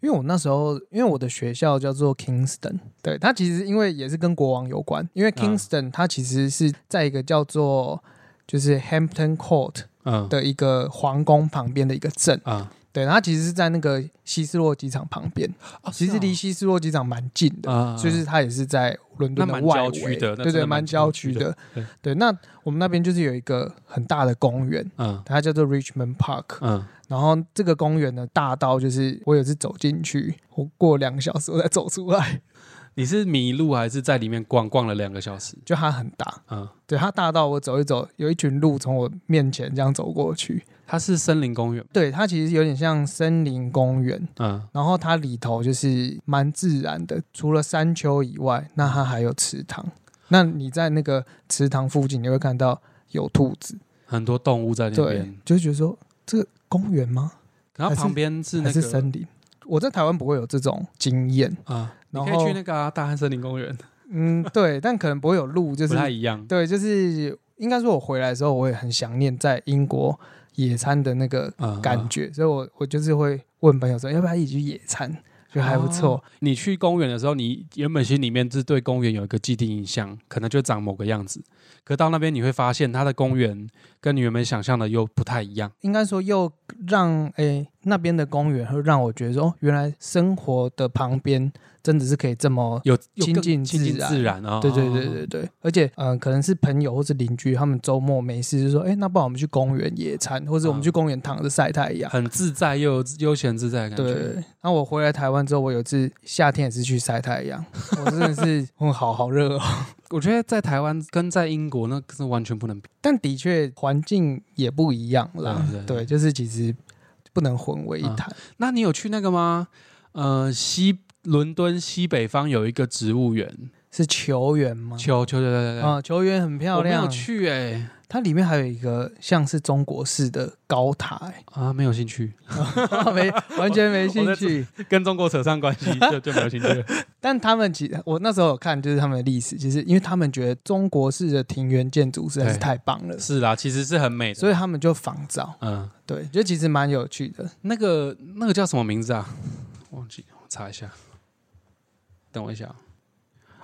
[SPEAKER 2] 因为我那时候，因为我的学校叫做 Kingston，对，它其实因为也是跟国王有关，
[SPEAKER 1] 嗯
[SPEAKER 2] 因为 Kingston 它其实是在一个叫做就是 Hampton Court
[SPEAKER 1] 嗯，
[SPEAKER 2] 的一个皇宫旁边的一个镇，
[SPEAKER 1] 啊，
[SPEAKER 2] 对，它其实是在那个希斯洛机场旁边，其实离希斯洛机场蛮近的，
[SPEAKER 1] 哦啊
[SPEAKER 2] 就是它也是在伦敦
[SPEAKER 1] 那
[SPEAKER 2] 的
[SPEAKER 1] 蛮
[SPEAKER 2] 外
[SPEAKER 1] 郊
[SPEAKER 2] 围
[SPEAKER 1] 区的那
[SPEAKER 2] 对
[SPEAKER 1] 真
[SPEAKER 2] 对，
[SPEAKER 1] 的蛮
[SPEAKER 2] 蛮
[SPEAKER 1] 郊
[SPEAKER 2] 郊
[SPEAKER 1] 区
[SPEAKER 2] 区
[SPEAKER 1] 的
[SPEAKER 2] 的，对。那我们那边就是有一个很大的公园，
[SPEAKER 1] 嗯
[SPEAKER 2] 它叫做 Richmond Park，
[SPEAKER 1] 嗯，
[SPEAKER 2] 然后这个公园呢，大到就是我有一次走进去，我过两个小时我才走出来，
[SPEAKER 1] 你是迷路还是在里面逛逛了两个小时？
[SPEAKER 2] 就它很大，
[SPEAKER 1] 嗯，
[SPEAKER 2] 对，它大到我走一走，有一群鹿从我面前这样走过去，
[SPEAKER 1] 它是森林公园，
[SPEAKER 2] 对，它其实有点像森林公园。
[SPEAKER 1] 嗯，
[SPEAKER 2] 然后它里头就是蛮自然的，除了山丘以外，那它还有池塘。那你在那个池塘附近，你会看到有兔子，
[SPEAKER 1] 很多动物在那
[SPEAKER 2] 对
[SPEAKER 1] 边，，
[SPEAKER 2] 就会觉得说这个公园吗？
[SPEAKER 1] 然后旁边是
[SPEAKER 2] 还
[SPEAKER 1] 那
[SPEAKER 2] 是
[SPEAKER 1] 个
[SPEAKER 2] 森林？我在台湾不会有这种经验，
[SPEAKER 1] 啊，你
[SPEAKER 2] 然
[SPEAKER 1] 可以
[SPEAKER 2] 后
[SPEAKER 1] 去那个啊大汉森林公园，
[SPEAKER 2] 嗯，对，但可能不会有路，就
[SPEAKER 1] 不
[SPEAKER 2] 是
[SPEAKER 1] 太一样。
[SPEAKER 2] 对，就是应该说，我回来的时候，我也很想念在英国野餐的那个
[SPEAKER 1] 啊
[SPEAKER 2] 感觉，所以我我就是会问朋友说，要不要一起去野餐，觉得还不错。
[SPEAKER 1] 哦你去公园的时候，你原本心里面是对公园有一个既定印象，可能就长某个样子。可到那边你会发现，它的公园跟你原本想象的又不太一样。
[SPEAKER 2] 应该说又让诶、那边的公园会让我觉得说，哦，原来生活的旁边真的是可以这么。
[SPEAKER 1] 有有
[SPEAKER 2] 亲
[SPEAKER 1] 更
[SPEAKER 2] 近
[SPEAKER 1] 亲
[SPEAKER 2] 自
[SPEAKER 1] 近
[SPEAKER 2] 然
[SPEAKER 1] 自然啊！
[SPEAKER 2] 对对
[SPEAKER 1] 哦
[SPEAKER 2] 对，对对，而且嗯、呃可能是朋友或是邻居，他们周末没事就说，哎、那不然我们去公园野餐，或者我
[SPEAKER 1] 嗯
[SPEAKER 2] 们去公园躺着晒太阳。
[SPEAKER 1] 很自在又有悠闲自在的感
[SPEAKER 2] 对，
[SPEAKER 1] 觉。
[SPEAKER 2] 然后我回来台湾之后，我有一次夏天也是去晒太 阳，我真的是，嗯，好好热哦。
[SPEAKER 1] 我觉得在台湾跟在英国那是完全不能比。
[SPEAKER 2] 但的确环境也不一样啦，
[SPEAKER 1] 对对对
[SPEAKER 2] 对，就是其实不能混为一谈。
[SPEAKER 1] 那你有去那个吗？呃，西伦敦西北方有一个植物园，
[SPEAKER 2] 是球员吗？
[SPEAKER 1] 球球对对对对，
[SPEAKER 2] 啊，球员很漂
[SPEAKER 1] 我没有
[SPEAKER 2] 亮。
[SPEAKER 1] 去哎、
[SPEAKER 2] 它里面还有一个像是中国式的高塔、
[SPEAKER 1] 啊，没有兴趣，
[SPEAKER 2] 欸， 没完全没兴趣。
[SPEAKER 1] 跟中国扯上关 系就就没有兴趣了。
[SPEAKER 2] 但他们其我那时候有看，就是他们的历史，就是因为他们觉得中国式的庭园建筑实在是
[SPEAKER 1] 对
[SPEAKER 2] 太棒了，
[SPEAKER 1] 是啦，其实是很美的。
[SPEAKER 2] 所以他们就仿造。
[SPEAKER 1] 嗯，
[SPEAKER 2] 对，就其实蛮有趣的。
[SPEAKER 1] 那个那个叫什么名字啊？忘记，我查一下。等我一下啊。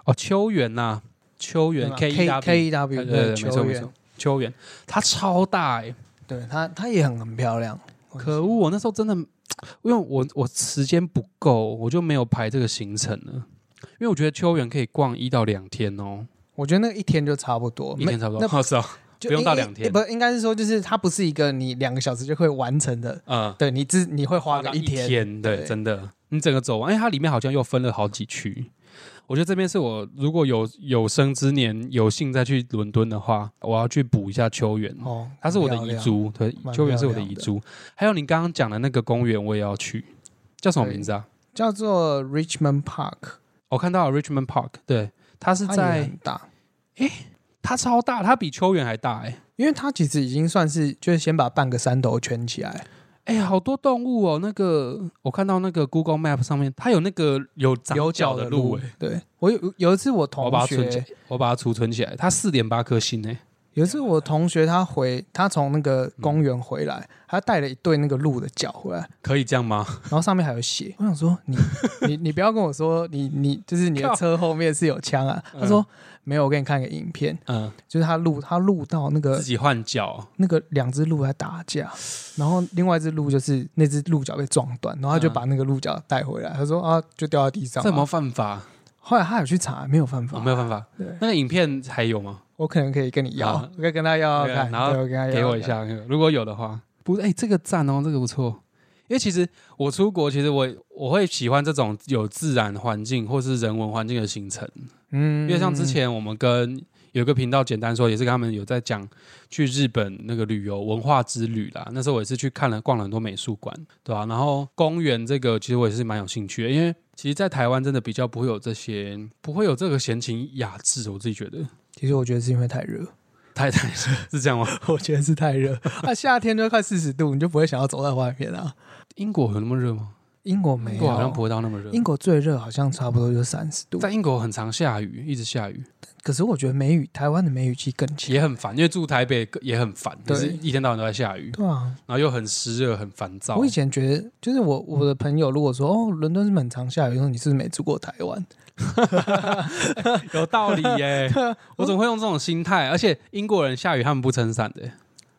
[SPEAKER 1] 哦，秋园呐、秋园 K E
[SPEAKER 2] K
[SPEAKER 1] W，
[SPEAKER 2] K E W
[SPEAKER 1] 对对
[SPEAKER 2] 对
[SPEAKER 1] 对，没错
[SPEAKER 2] 球
[SPEAKER 1] 没
[SPEAKER 2] 员
[SPEAKER 1] 错，，嗯秋园它超大哎、
[SPEAKER 2] 对它它也很很漂亮。
[SPEAKER 1] 可恶！我那时候真的，因为我我时间不够，我就没有排这个行程了。因为我觉得秋园可以逛一到两天哦，
[SPEAKER 2] 我觉得那一天就差不多，
[SPEAKER 1] 一天差不
[SPEAKER 2] 那
[SPEAKER 1] 多。那是哦，
[SPEAKER 2] 就
[SPEAKER 1] 不用
[SPEAKER 2] 应
[SPEAKER 1] 到两天
[SPEAKER 2] 不应该是说就是它不是一个你两个小时就会完成的，
[SPEAKER 1] 嗯，
[SPEAKER 2] 对你自你会花个
[SPEAKER 1] 一
[SPEAKER 2] 一天，
[SPEAKER 1] 对，
[SPEAKER 2] 对
[SPEAKER 1] 真的，你整个走完，因为哎它里面好像又分了好几区。
[SPEAKER 2] 嗯
[SPEAKER 1] 我觉得这边是我如果有有生之年有幸再去伦敦的话，我要去补一下秋园。
[SPEAKER 2] 哦，
[SPEAKER 1] 它是我的
[SPEAKER 2] 很
[SPEAKER 1] 遗
[SPEAKER 2] 漂亮，
[SPEAKER 1] 珠，对，
[SPEAKER 2] 蛮
[SPEAKER 1] 秋园是我的
[SPEAKER 2] 漂亮
[SPEAKER 1] 遗
[SPEAKER 2] 的
[SPEAKER 1] 珠。还有你刚刚讲的那个公园，我也要去，叫什么
[SPEAKER 2] 对
[SPEAKER 1] 名字啊？
[SPEAKER 2] 叫做 Richmond Park，
[SPEAKER 1] 我看到了 Richmond Park，对，它是
[SPEAKER 2] 它
[SPEAKER 1] 在
[SPEAKER 2] 也很大，
[SPEAKER 1] 它超大，它比秋园还大哎、
[SPEAKER 2] 因为它其实已经算是就是先把半个山头圈起来，
[SPEAKER 1] 哎、好多动物哦。那个我看到那个 Google Map 上面，它有那个有长
[SPEAKER 2] 有
[SPEAKER 1] 角的
[SPEAKER 2] 路
[SPEAKER 1] 哎、，
[SPEAKER 2] 对我有有一次我
[SPEAKER 1] 我
[SPEAKER 2] 同
[SPEAKER 1] 把它存起
[SPEAKER 2] 学
[SPEAKER 1] 来，，我把它储存起来。它四点八颗星哎、
[SPEAKER 2] 有一次我同学他回他从那个公园回来，他带了一对那个鹿的脚回来，
[SPEAKER 1] 可以这样吗？
[SPEAKER 2] 然后上面还有血。我想说 你你你不要跟我说你你就是你的车后面是有枪啊。
[SPEAKER 1] 嗯
[SPEAKER 2] 他说没有，我给你看个影片，
[SPEAKER 1] 嗯，
[SPEAKER 2] 就是他录他录到那个
[SPEAKER 1] 呃自己换脚，
[SPEAKER 2] 那个两只鹿在打架，然后另外一只鹿就是那只鹿角被撞断，然后他就
[SPEAKER 1] 嗯
[SPEAKER 2] 把那个鹿角带回来。他说啊，就掉在地上
[SPEAKER 1] 这
[SPEAKER 2] 嘛。
[SPEAKER 1] 有没有犯法？哦
[SPEAKER 2] 后来他有去查，没有办法，
[SPEAKER 1] 我、没有办法。
[SPEAKER 2] 对
[SPEAKER 1] 那个影片还有吗？
[SPEAKER 2] 我可能可以跟你要
[SPEAKER 1] 好，
[SPEAKER 2] 我可以跟他要
[SPEAKER 1] 对啊
[SPEAKER 2] 要看，
[SPEAKER 1] 然后
[SPEAKER 2] 对我跟他要
[SPEAKER 1] 给我一
[SPEAKER 2] 看。
[SPEAKER 1] 下，如果有的话。不，哎、这个赞哦，这个不错。因为其实我出国，其实我我会喜欢这种有自然环境或是人文环境的行程。
[SPEAKER 2] 嗯
[SPEAKER 1] 因为像之前我们跟有一个频道简单说也是跟他们有在讲去日本那个旅游文化之旅啦。那时候我也是去看了逛了很多美术馆，对啊吧、然后公园这个其实我也是蛮有兴趣的，因为其实，在台湾真的比较不会有这些，不会有这个闲情雅致，我自己觉得
[SPEAKER 2] 其实我觉得是因为太热，
[SPEAKER 1] 太太 是这样吗？
[SPEAKER 2] 我觉得是太热。 啊，夏天就快四十度，你就不会想要走在外面啊。
[SPEAKER 1] 英国有那么热吗？
[SPEAKER 2] 英国没
[SPEAKER 1] 英
[SPEAKER 2] 有，
[SPEAKER 1] 国好像不会到那么热。
[SPEAKER 2] 英国最热好像差不多就三十度，
[SPEAKER 1] 啊在英国很常下雨，一直下雨，
[SPEAKER 2] 可是我觉得梅雨台湾的梅雨季更强。
[SPEAKER 1] 也很烦，因为住台北也很烦，就
[SPEAKER 2] 对
[SPEAKER 1] 是一天到晚都在下雨，
[SPEAKER 2] 对啊，
[SPEAKER 1] 然后又很湿热、很烦躁
[SPEAKER 2] 我。以前觉得，就是我我的朋友如果说哦，伦敦是不是很常下雨，我说你是不是没住过台湾？
[SPEAKER 1] 有道理 耶、
[SPEAKER 2] 啊
[SPEAKER 1] 我怎么会用这种心态？而且英国人下雨他们不撑伞的、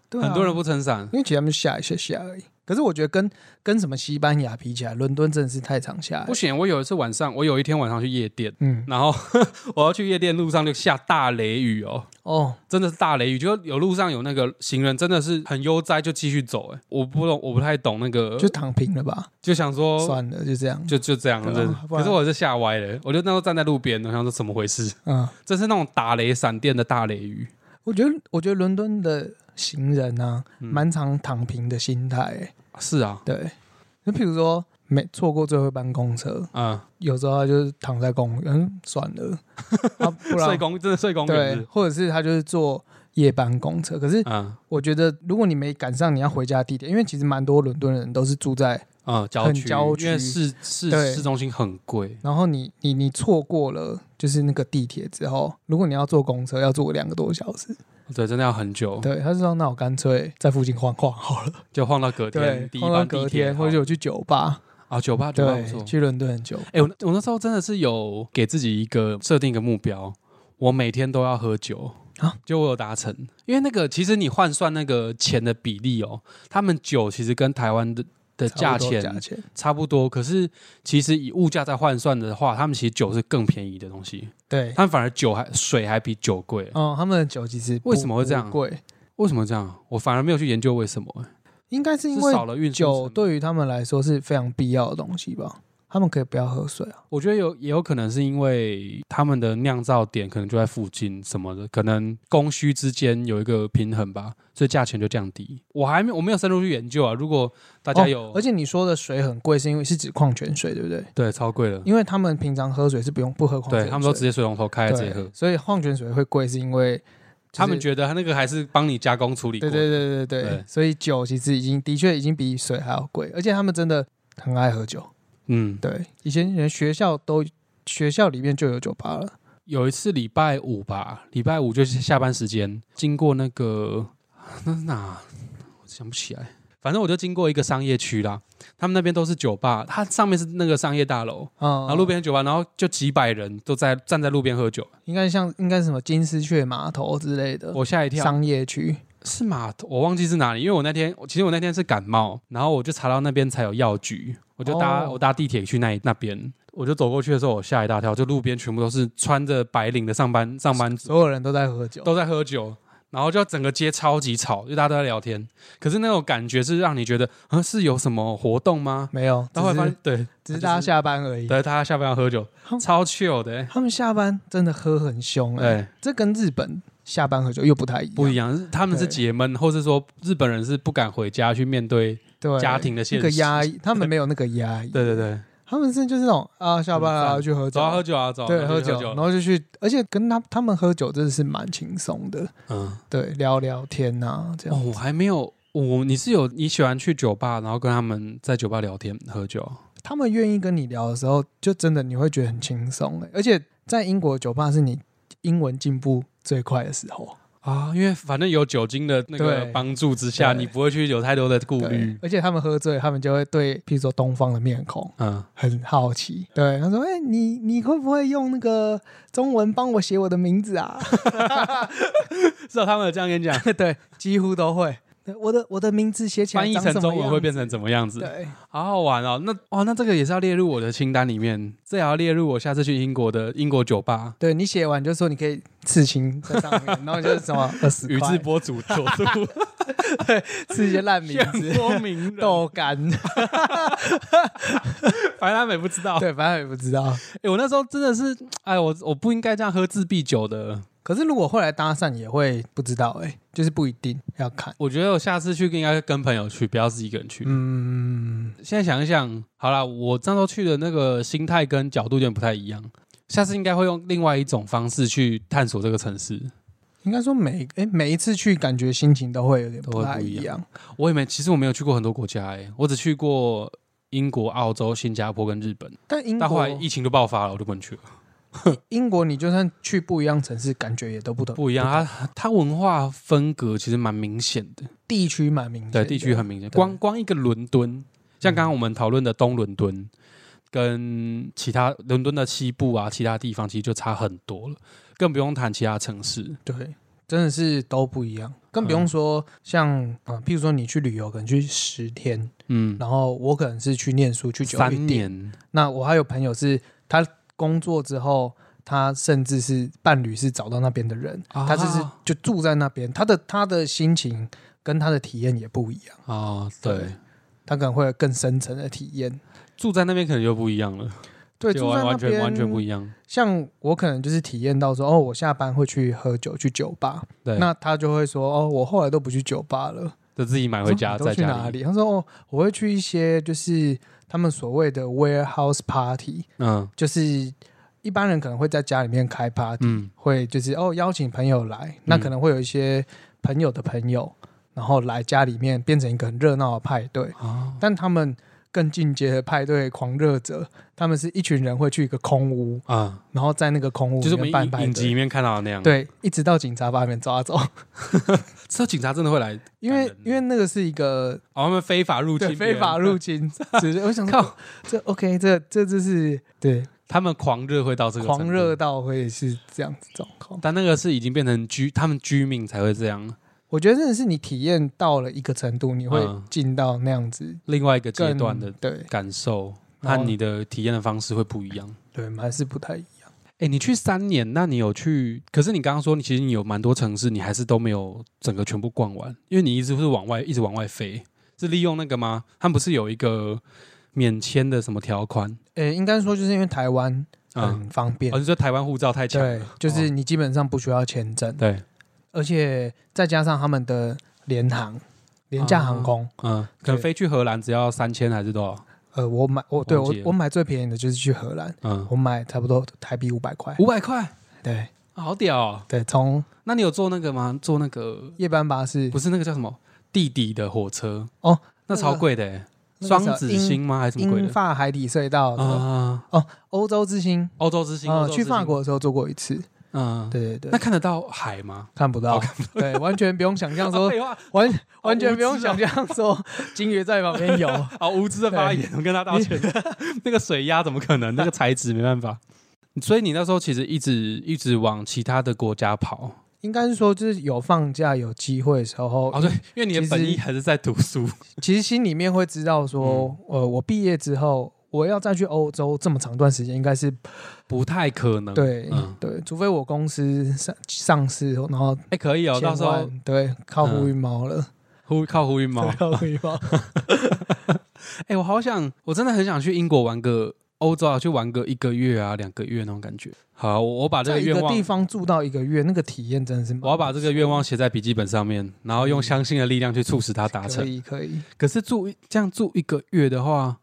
[SPEAKER 2] 对、啊
[SPEAKER 1] 很多人，不撑伞。
[SPEAKER 2] 因为其实他们下一下下而已。可是我觉得跟跟什么西班牙比起来，伦敦真的是太常下了
[SPEAKER 1] 不。行，我有一次晚上，我有一天晚上去夜店，
[SPEAKER 2] 嗯，
[SPEAKER 1] 然后 我要去夜店路上就下大雷雨哦，
[SPEAKER 2] 哦，
[SPEAKER 1] 真的是大雷雨，就有路上有那个行人真的是很悠哉就继续走、哎，我不懂，我不太懂那个，就
[SPEAKER 2] 就躺平了吧，
[SPEAKER 1] 就想说
[SPEAKER 2] 算了，就这样。
[SPEAKER 1] 呃哦就就这样，
[SPEAKER 2] 对啊
[SPEAKER 1] 真的。可
[SPEAKER 2] 不然
[SPEAKER 1] 是我是吓歪了，我就那时候站在路边，我想说怎么回事？
[SPEAKER 2] 嗯，
[SPEAKER 1] 这是那种打雷闪电的大雷雨，
[SPEAKER 2] 我觉得我觉得伦敦的行人啊，
[SPEAKER 1] 嗯
[SPEAKER 2] 蛮常躺平的心态、欸。
[SPEAKER 1] 是啊，
[SPEAKER 2] 对，就譬如说没错过最后一班公车，
[SPEAKER 1] 嗯，
[SPEAKER 2] 有时候他就是躺在公园，嗯，算 了，啊，不
[SPEAKER 1] 睡
[SPEAKER 2] 然
[SPEAKER 1] 公真的睡公园
[SPEAKER 2] 对
[SPEAKER 1] 是不是，
[SPEAKER 2] 或者是他就是坐夜班公车。可是
[SPEAKER 1] 嗯
[SPEAKER 2] 我觉得，如果你没赶上你要回家的地点，因为其实蛮多伦敦人都是住在，
[SPEAKER 1] 嗯，郊
[SPEAKER 2] 很
[SPEAKER 1] 区，
[SPEAKER 2] 郊区
[SPEAKER 1] 因为市市
[SPEAKER 2] 对
[SPEAKER 1] 市中心很贵，
[SPEAKER 2] 然后你你你错过了就是那个地铁之后，如果你要坐公车，要坐两个多小时。
[SPEAKER 1] 对，真的要很久，
[SPEAKER 2] 对，他是说那我干脆在附近晃晃好了，
[SPEAKER 1] 就晃到隔
[SPEAKER 2] 对
[SPEAKER 1] 天，第，一
[SPEAKER 2] 晃到
[SPEAKER 1] 班
[SPEAKER 2] 隔
[SPEAKER 1] 地
[SPEAKER 2] 天，
[SPEAKER 1] 铁，
[SPEAKER 2] 或者我去酒吧，
[SPEAKER 1] 啊酒吧酒吧不
[SPEAKER 2] 对，
[SPEAKER 1] 错。
[SPEAKER 2] 去伦敦的酒吧。
[SPEAKER 1] 哎，我我那时候真的是有给自己一个设定一个目标，我每天都要喝酒
[SPEAKER 2] 啊。
[SPEAKER 1] 就我有达成，因为那个其实你换算那个钱的比例哦，他们酒其实跟台湾的的价
[SPEAKER 2] 差不多
[SPEAKER 1] 钱
[SPEAKER 2] 价钱，
[SPEAKER 1] 差不多，可是其实以物价在换算的话，他们其实酒是更便宜的东西，
[SPEAKER 2] 对，
[SPEAKER 1] 他们反而酒还水还比酒贵。
[SPEAKER 2] 哦，他们的酒其实不
[SPEAKER 1] 为什么会这样
[SPEAKER 2] 不贵？
[SPEAKER 1] 为什么这样？我反而没有去研究为什么、欸
[SPEAKER 2] 应该是因
[SPEAKER 1] 是
[SPEAKER 2] 为
[SPEAKER 1] 少了运输
[SPEAKER 2] 酒
[SPEAKER 1] 成本，
[SPEAKER 2] 对于他们来说是非常必要的东西吧？他们可以不要喝水啊？
[SPEAKER 1] 我觉得有也有可能是因为他们的酿造点可能就在附近什么的，可能供需之间有一个平衡吧，所以价钱就降低。我还没我没有深入去研究啊，如果大家有，
[SPEAKER 2] 哦而且你说的水很贵，是因为是指矿泉水，对不对？
[SPEAKER 1] 对超贵了，
[SPEAKER 2] 因为他们平常喝水是不用不喝矿泉水，
[SPEAKER 1] 对他们都直接水龙头开了直接
[SPEAKER 2] 对
[SPEAKER 1] 喝，
[SPEAKER 2] 所以矿泉水会贵是因为就是
[SPEAKER 1] 他们觉得他那个还是帮你加工处理过
[SPEAKER 2] 对
[SPEAKER 1] 的，
[SPEAKER 2] 对对对对
[SPEAKER 1] 对
[SPEAKER 2] 对，所以酒其实已经的确已经比水还要贵，而且他们真的很爱喝酒。
[SPEAKER 1] 嗯。
[SPEAKER 2] 对，以前连学校都学校里面就有酒吧了，
[SPEAKER 1] 有一次礼拜五吧，礼拜五就是下班时间，经过那个 那是哪，我想不起来。反正我就经过一个商业区啦，他们那边都是酒吧，它上面是那个商业大楼，
[SPEAKER 2] 嗯，
[SPEAKER 1] 然后路边的酒吧，然后就几百人都在站在路边喝酒。
[SPEAKER 2] 应该像应该是什么金丝雀码头之类的
[SPEAKER 1] 我吓一跳，
[SPEAKER 2] 呃商业区，
[SPEAKER 1] 是码头，我忘记是哪里，因为我那天其实我那天是感冒，然后我就查到那边才有药局，我就搭、
[SPEAKER 2] 哦
[SPEAKER 1] 我搭地铁去那一那边，我就走过去的时候，我吓一大跳，就路边全部都是穿着白领的上班上班族。
[SPEAKER 2] 所有人都在喝酒。
[SPEAKER 1] 都在喝酒，然后就整个街超级吵，就大家都在聊天。可是那种感觉是让你觉得，啊，是有什么活动吗？
[SPEAKER 2] 没有，
[SPEAKER 1] 然后
[SPEAKER 2] 只
[SPEAKER 1] 发
[SPEAKER 2] 是嗯
[SPEAKER 1] 现，对，
[SPEAKER 2] 只是大家下班而已。
[SPEAKER 1] 啊对，大家下班要喝酒，
[SPEAKER 2] 哦
[SPEAKER 1] 超 chill 的、欸，
[SPEAKER 2] 他们下班真的喝很凶哎、
[SPEAKER 1] 对，
[SPEAKER 2] 这跟日本下班喝酒又不太一样，
[SPEAKER 1] 不一样。是他们是
[SPEAKER 2] 对
[SPEAKER 1] 解闷，或是说日本人是不敢回家去面对
[SPEAKER 2] 对
[SPEAKER 1] 家庭的现
[SPEAKER 2] 那
[SPEAKER 1] 实。
[SPEAKER 2] 个 压抑，他们没有那个压抑，
[SPEAKER 1] 对对对，
[SPEAKER 2] 他们是就是那种啊下班
[SPEAKER 1] 很赞
[SPEAKER 2] 了然后去喝
[SPEAKER 1] 走
[SPEAKER 2] 酒，
[SPEAKER 1] 啊，喝酒啊，走啊，
[SPEAKER 2] 对
[SPEAKER 1] 然后
[SPEAKER 2] 喝
[SPEAKER 1] 就
[SPEAKER 2] 酒，
[SPEAKER 1] 喝
[SPEAKER 2] 然
[SPEAKER 1] 酒，
[SPEAKER 2] 后就去，而且跟他他们喝酒真的是蛮轻松的，
[SPEAKER 1] 嗯，
[SPEAKER 2] 对，聊聊天啊这
[SPEAKER 1] 哦，
[SPEAKER 2] 样，
[SPEAKER 1] 我还没有。我你是有你喜欢去酒吧，然后跟他们在酒吧聊天喝酒，
[SPEAKER 2] 他们愿意跟你聊的时候，就真的你会觉得很轻松哎，而且在英国酒吧是你英文进步最快的时候，
[SPEAKER 1] 啊，因为反正有酒精的那个
[SPEAKER 2] 对
[SPEAKER 1] 帮助之下，
[SPEAKER 2] 对
[SPEAKER 1] 你不会去有太多的顾虑
[SPEAKER 2] 对，。而且他们喝醉，他们就会对譬如说东方的面孔。
[SPEAKER 1] 嗯，
[SPEAKER 2] 很好奇，对他说：“哎、你你会不会用那个中文帮我写我的名字啊
[SPEAKER 1] 是啊，他们有这样跟 你讲，？”
[SPEAKER 2] 对，几乎都会。对我的我的名字写起来
[SPEAKER 1] 翻译
[SPEAKER 2] 长
[SPEAKER 1] 成
[SPEAKER 2] 什么
[SPEAKER 1] 中文
[SPEAKER 2] 样
[SPEAKER 1] 会变成怎么样子？
[SPEAKER 2] 对，
[SPEAKER 1] 好好玩哦！那哇，那这个也是要列入我的清单里面，这也要列入我下次去英国的英国酒吧。
[SPEAKER 2] 对你写完就说你可以刺青在上面，然后就是 什么二十
[SPEAKER 1] 宇智
[SPEAKER 2] 块，
[SPEAKER 1] 波主佐 助
[SPEAKER 2] 刺一些烂名字，
[SPEAKER 1] 说明人，
[SPEAKER 2] 豆干，
[SPEAKER 1] 反正他们也不知道。
[SPEAKER 2] 对，反正也不知道。
[SPEAKER 1] 哎，我那时候真的是，哎，我我不应该这样喝自闭酒的。
[SPEAKER 2] 可是如果后来搭讪，也会不知道哎、就是不一定要看。
[SPEAKER 1] 我觉得我下次去应该跟朋友去，不要自己一个人去。
[SPEAKER 2] 嗯，
[SPEAKER 1] 现在想一想，好啦，我上周去的那个心态跟角度有点不太一样，下次应该会用另外一种方式去探索这个城市。
[SPEAKER 2] 应该说每哎、每一次去，感觉心情都会有点
[SPEAKER 1] 都会
[SPEAKER 2] 不太
[SPEAKER 1] 不一
[SPEAKER 2] 一
[SPEAKER 1] 样
[SPEAKER 2] 样。
[SPEAKER 1] 我也没，其实我没有去过很多国家、欸，我只去过英国、澳洲、新加坡跟日本，
[SPEAKER 2] 但英
[SPEAKER 1] 但后
[SPEAKER 2] 国
[SPEAKER 1] 来疫情就爆发了，我就不能去了。
[SPEAKER 2] 英国，你就算去不一样城市，感觉也都不同，
[SPEAKER 1] 不一样，它它文化分隔其实蛮明显的，
[SPEAKER 2] 地区蛮明显
[SPEAKER 1] 对
[SPEAKER 2] 的，
[SPEAKER 1] 地区很明显。
[SPEAKER 2] 对
[SPEAKER 1] 光光一个伦敦，像刚刚我们讨论的东伦敦，跟其他伦敦的西部啊，其他地方其实就差很多了，更不用谈其他城市。
[SPEAKER 2] 对，真的是都不一样，更不
[SPEAKER 1] 嗯
[SPEAKER 2] 用说像啊、呃譬如说你去旅游，可能去十天，
[SPEAKER 1] 嗯，
[SPEAKER 2] 然后我可能是去念书去久一
[SPEAKER 1] 三
[SPEAKER 2] 点，
[SPEAKER 1] 年，
[SPEAKER 2] 那我还有朋友是他工作之后，他甚至是伴侣是找到那边的人，
[SPEAKER 1] 啊
[SPEAKER 2] 他就是就住在那边，他的他的心情跟他的体验也不一样，
[SPEAKER 1] 哦，对
[SPEAKER 2] 对，他可能会有更深层的体验。
[SPEAKER 1] 住在那边可能就不一样了，
[SPEAKER 2] 对，
[SPEAKER 1] 就
[SPEAKER 2] 住
[SPEAKER 1] 完
[SPEAKER 2] 在那
[SPEAKER 1] 完全
[SPEAKER 2] 边
[SPEAKER 1] 完全不一样。
[SPEAKER 2] 像我可能就是体验到说，哦，我下班会去喝酒，去酒吧。
[SPEAKER 1] 对，
[SPEAKER 2] 那他就会说，哦，我后来都不去酒吧了，
[SPEAKER 1] 就自己买回家，
[SPEAKER 2] 我说
[SPEAKER 1] 在
[SPEAKER 2] 你都去
[SPEAKER 1] 家
[SPEAKER 2] 哪里？他说，哦，我会去一些就是他们所谓的 warehouse party，
[SPEAKER 1] 嗯
[SPEAKER 2] 就是一般人可能会在家里面开 party，、
[SPEAKER 1] 嗯，
[SPEAKER 2] 会就是哦邀请朋友来，那可能会有一些朋友的朋友，然后来家里面变成一个很热闹的派对。
[SPEAKER 1] 啊，
[SPEAKER 2] 但他们更进阶的派对狂热者，他们是一群人会去一个空屋，
[SPEAKER 1] 啊，
[SPEAKER 2] 然后在哦那个空屋
[SPEAKER 1] 就是
[SPEAKER 2] 里
[SPEAKER 1] 我们
[SPEAKER 2] 面办
[SPEAKER 1] 影
[SPEAKER 2] 派
[SPEAKER 1] 影集里
[SPEAKER 2] 对，
[SPEAKER 1] 面看到的那样。，
[SPEAKER 2] 对，一直到警察把他们抓走，
[SPEAKER 1] 这警察真的会来，
[SPEAKER 2] 因
[SPEAKER 1] 感
[SPEAKER 2] 为
[SPEAKER 1] 人
[SPEAKER 2] 因为那个是一个
[SPEAKER 1] 哦，他们非法入
[SPEAKER 2] 对
[SPEAKER 1] 侵，
[SPEAKER 2] 非法，入侵，只是我想说
[SPEAKER 1] 靠，
[SPEAKER 2] 这 OK，这这就是对
[SPEAKER 1] 他们狂热会到这个程
[SPEAKER 2] 狂
[SPEAKER 1] 度
[SPEAKER 2] 热，到会是这样子状况。
[SPEAKER 1] 但那个是已经变成居，他们居民才会这样。
[SPEAKER 2] 我觉得真的是你体验到了一个程度，你会
[SPEAKER 1] 嗯
[SPEAKER 2] 进到那样子
[SPEAKER 1] 另外一个阶
[SPEAKER 2] 更哦
[SPEAKER 1] 段的
[SPEAKER 2] 对
[SPEAKER 1] 感受
[SPEAKER 2] 然
[SPEAKER 1] 和
[SPEAKER 2] 后
[SPEAKER 1] 你的体验的方式会不一样。
[SPEAKER 2] 对，还是不太一样。
[SPEAKER 1] 哎，你去三年，那你有去？可是你刚刚说，你其实你有蛮多城市，你还是都没有整个全部逛完，因为你一直是往外，一直往外飞，是利用那个吗？他们不是有一个免签的什么条款？
[SPEAKER 2] 诶、应该说就是因为台湾
[SPEAKER 1] 嗯，
[SPEAKER 2] 很方便，
[SPEAKER 1] 哦，你说台湾护照太强
[SPEAKER 2] 对
[SPEAKER 1] 了，，
[SPEAKER 2] 就是
[SPEAKER 1] 哦
[SPEAKER 2] 你基本上不需要签证，
[SPEAKER 1] 对，
[SPEAKER 2] 而且再加上他们的联航、廉价航空，
[SPEAKER 1] 嗯，可能
[SPEAKER 2] 对
[SPEAKER 1] 飞去荷兰只要三千还是多少？
[SPEAKER 2] 呃，我买我对
[SPEAKER 1] 哦忘
[SPEAKER 2] 我
[SPEAKER 1] 记了
[SPEAKER 2] 我买最便宜的就是去荷兰，
[SPEAKER 1] 嗯，
[SPEAKER 2] 我买差不多台币五百块，
[SPEAKER 1] 五百块，
[SPEAKER 2] 对
[SPEAKER 1] 好屌哦！
[SPEAKER 2] 对，从
[SPEAKER 1] 那你有坐那个吗？坐那个
[SPEAKER 2] 夜班巴士
[SPEAKER 1] 不是那个叫什么弟弟的火车
[SPEAKER 2] 哦，
[SPEAKER 1] 那超贵的欸，
[SPEAKER 2] 那个
[SPEAKER 1] 双
[SPEAKER 2] 叫
[SPEAKER 1] 子星吗？还是什么贵
[SPEAKER 2] 英
[SPEAKER 1] 的？
[SPEAKER 2] 法海底隧道的
[SPEAKER 1] 啊，
[SPEAKER 2] 欧洲之星，
[SPEAKER 1] 欧洲之星，欧
[SPEAKER 2] 呃
[SPEAKER 1] 洲之
[SPEAKER 2] 去
[SPEAKER 1] 星
[SPEAKER 2] 法，国的时候坐过一次，
[SPEAKER 1] 嗯，
[SPEAKER 2] 对对对
[SPEAKER 1] 那，看哦得到海吗？
[SPEAKER 2] 看不到，对，完全不用想象说
[SPEAKER 1] 啊 废话，
[SPEAKER 2] 完完全
[SPEAKER 1] 无
[SPEAKER 2] 不用
[SPEAKER 1] 知哦
[SPEAKER 2] 想象说金鱼在 旁边游。
[SPEAKER 1] 好哦无知的发言，我跟他道歉。 那个水压怎么可 能？那个材质没办法。所以你那时候其实一直一直往其他的国家跑，
[SPEAKER 2] 应该是说，就是有放假有机会的时候，
[SPEAKER 1] 哦对，因为你的
[SPEAKER 2] 其实
[SPEAKER 1] 本意还是在读书，
[SPEAKER 2] 其实心里面会知道说，
[SPEAKER 1] 嗯
[SPEAKER 2] 呃，我毕业之后我要再去欧洲这么长段时间，应该是
[SPEAKER 1] 不太可能。，
[SPEAKER 2] 对、
[SPEAKER 1] 嗯
[SPEAKER 2] 对，除非我公司上上市，然后
[SPEAKER 1] 哎，可以哦，
[SPEAKER 2] 千
[SPEAKER 1] 到
[SPEAKER 2] 万
[SPEAKER 1] 时候嗯
[SPEAKER 2] 对靠呼吁猫了，
[SPEAKER 1] 呼靠呼吁猫
[SPEAKER 2] 对，靠呼吁猫，
[SPEAKER 1] 哎、我好想，我真的很想去英国玩个欧洲啊，去玩个一个月啊、两个月那种感觉。好，我我把这
[SPEAKER 2] 在
[SPEAKER 1] 个
[SPEAKER 2] 一
[SPEAKER 1] 愿
[SPEAKER 2] 个
[SPEAKER 1] 望
[SPEAKER 2] 地，方住到一个月，那个体验真的是蛮
[SPEAKER 1] 我要把这个愿望写在笔记本上面，然后用相信的力量去促使它达
[SPEAKER 2] 可
[SPEAKER 1] 成。
[SPEAKER 2] 以可以，
[SPEAKER 1] 可是住一这样住一个月的话，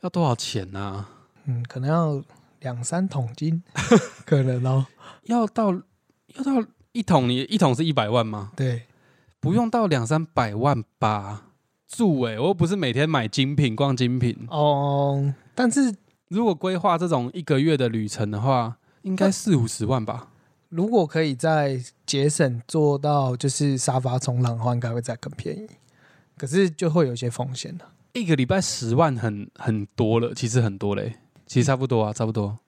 [SPEAKER 1] 要多少钱啊呢、
[SPEAKER 2] 嗯，可能要两三桶金，可能哦，
[SPEAKER 1] 要到要到一桶，你一桶是一百万吗？
[SPEAKER 2] 对，
[SPEAKER 1] 不用到两三百万吧。住哎、我又不是每天买精品、逛精品。
[SPEAKER 2] 哦，但是
[SPEAKER 1] 如果规划这种一个月的旅程的话，应该四五十万吧。
[SPEAKER 2] 如果可以在节省做到就是沙发冲浪的话，应该会再更便宜。可是就会有一些风险了、
[SPEAKER 1] 一个礼拜十万很很多了，其实很多嘞、其实差不多啊，差不多，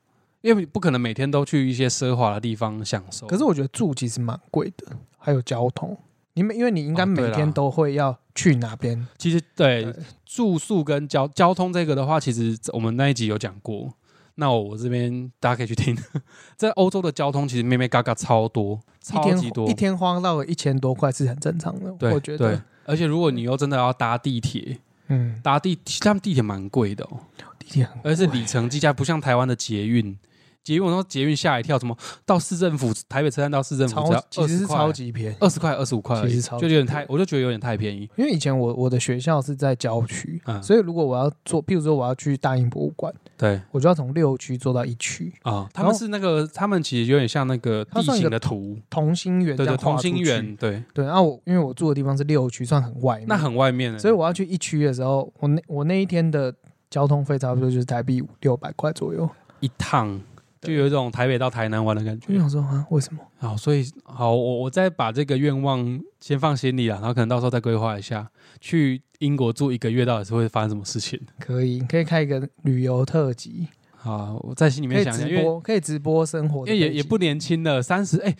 [SPEAKER 1] 因为不可能每天都去一些奢华的地方享受。
[SPEAKER 2] 可是我觉得住其实蛮贵的，还有交通。你们因为你应
[SPEAKER 1] 哦
[SPEAKER 2] 该
[SPEAKER 1] 对
[SPEAKER 2] 每
[SPEAKER 1] 啦哎
[SPEAKER 2] 天都会要去哪边，
[SPEAKER 1] 其实对
[SPEAKER 2] 对
[SPEAKER 1] 住宿跟交交通这个的话，其实我们那一集有讲过。那我这边大家可以去听， 在欧洲的交通其实咩咩嘎嘎超多，
[SPEAKER 2] 一
[SPEAKER 1] 超级
[SPEAKER 2] 天
[SPEAKER 1] 多，
[SPEAKER 2] 一天花到了一千多块是很正常的。
[SPEAKER 1] 对
[SPEAKER 2] 我觉
[SPEAKER 1] 对
[SPEAKER 2] 得，，
[SPEAKER 1] 而且如果你又真的要搭地铁，
[SPEAKER 2] 嗯，
[SPEAKER 1] 搭地他们地铁蛮贵的哦，
[SPEAKER 2] 地铁很
[SPEAKER 1] 而且里程计价不像台湾的捷运，捷运，我说捷运吓一跳，什么到市政府台北车站到市政府只
[SPEAKER 2] 超
[SPEAKER 1] 要
[SPEAKER 2] 其实是
[SPEAKER 1] 20块
[SPEAKER 2] 超级便宜，
[SPEAKER 1] 二十块、二十五块而已，
[SPEAKER 2] 其实超
[SPEAKER 1] 就
[SPEAKER 2] 级
[SPEAKER 1] 有点太，我就觉得有点太便宜。
[SPEAKER 2] 因为以前我我的学校是在郊区，
[SPEAKER 1] 嗯
[SPEAKER 2] 所以如果我要坐，譬如说我要去大英博物馆，
[SPEAKER 1] 对
[SPEAKER 2] 我就要从六区坐到一区，
[SPEAKER 1] 啊、他
[SPEAKER 2] 然
[SPEAKER 1] 们
[SPEAKER 2] 后
[SPEAKER 1] 是那个，他们其实有点像那个
[SPEAKER 2] 它
[SPEAKER 1] 地
[SPEAKER 2] 算一
[SPEAKER 1] 形
[SPEAKER 2] 个
[SPEAKER 1] 的图，
[SPEAKER 2] 同心圆这
[SPEAKER 1] 对
[SPEAKER 2] 样
[SPEAKER 1] 对，同
[SPEAKER 2] 画出
[SPEAKER 1] 心
[SPEAKER 2] 去嗯
[SPEAKER 1] 圆，对，
[SPEAKER 2] 对，然后我因为我住的地方是六区，算很外面，
[SPEAKER 1] 那很外面的，
[SPEAKER 2] 所以我要去一区的时候，我那我那一天的交通费差不多就是台币六百块左右。
[SPEAKER 1] 一趟就
[SPEAKER 2] 对
[SPEAKER 1] 有一种台北到台南玩的感
[SPEAKER 2] 就
[SPEAKER 1] 觉。
[SPEAKER 2] 想说啊，为什么？
[SPEAKER 1] 好，所以好，我我再把这个愿望先放心里啊，然后可能到时候再规划一下，去英国住一个月到底是会发生什么事情
[SPEAKER 2] 可以，可以开一个旅游特辑，
[SPEAKER 1] 啊？我在心里
[SPEAKER 2] 可
[SPEAKER 1] 面
[SPEAKER 2] 以
[SPEAKER 1] 想一下，
[SPEAKER 2] 直
[SPEAKER 1] 因为
[SPEAKER 2] 播，可以直播生活
[SPEAKER 1] 因
[SPEAKER 2] 的
[SPEAKER 1] 为
[SPEAKER 2] 背景，
[SPEAKER 1] 也也不年轻了，三十哎，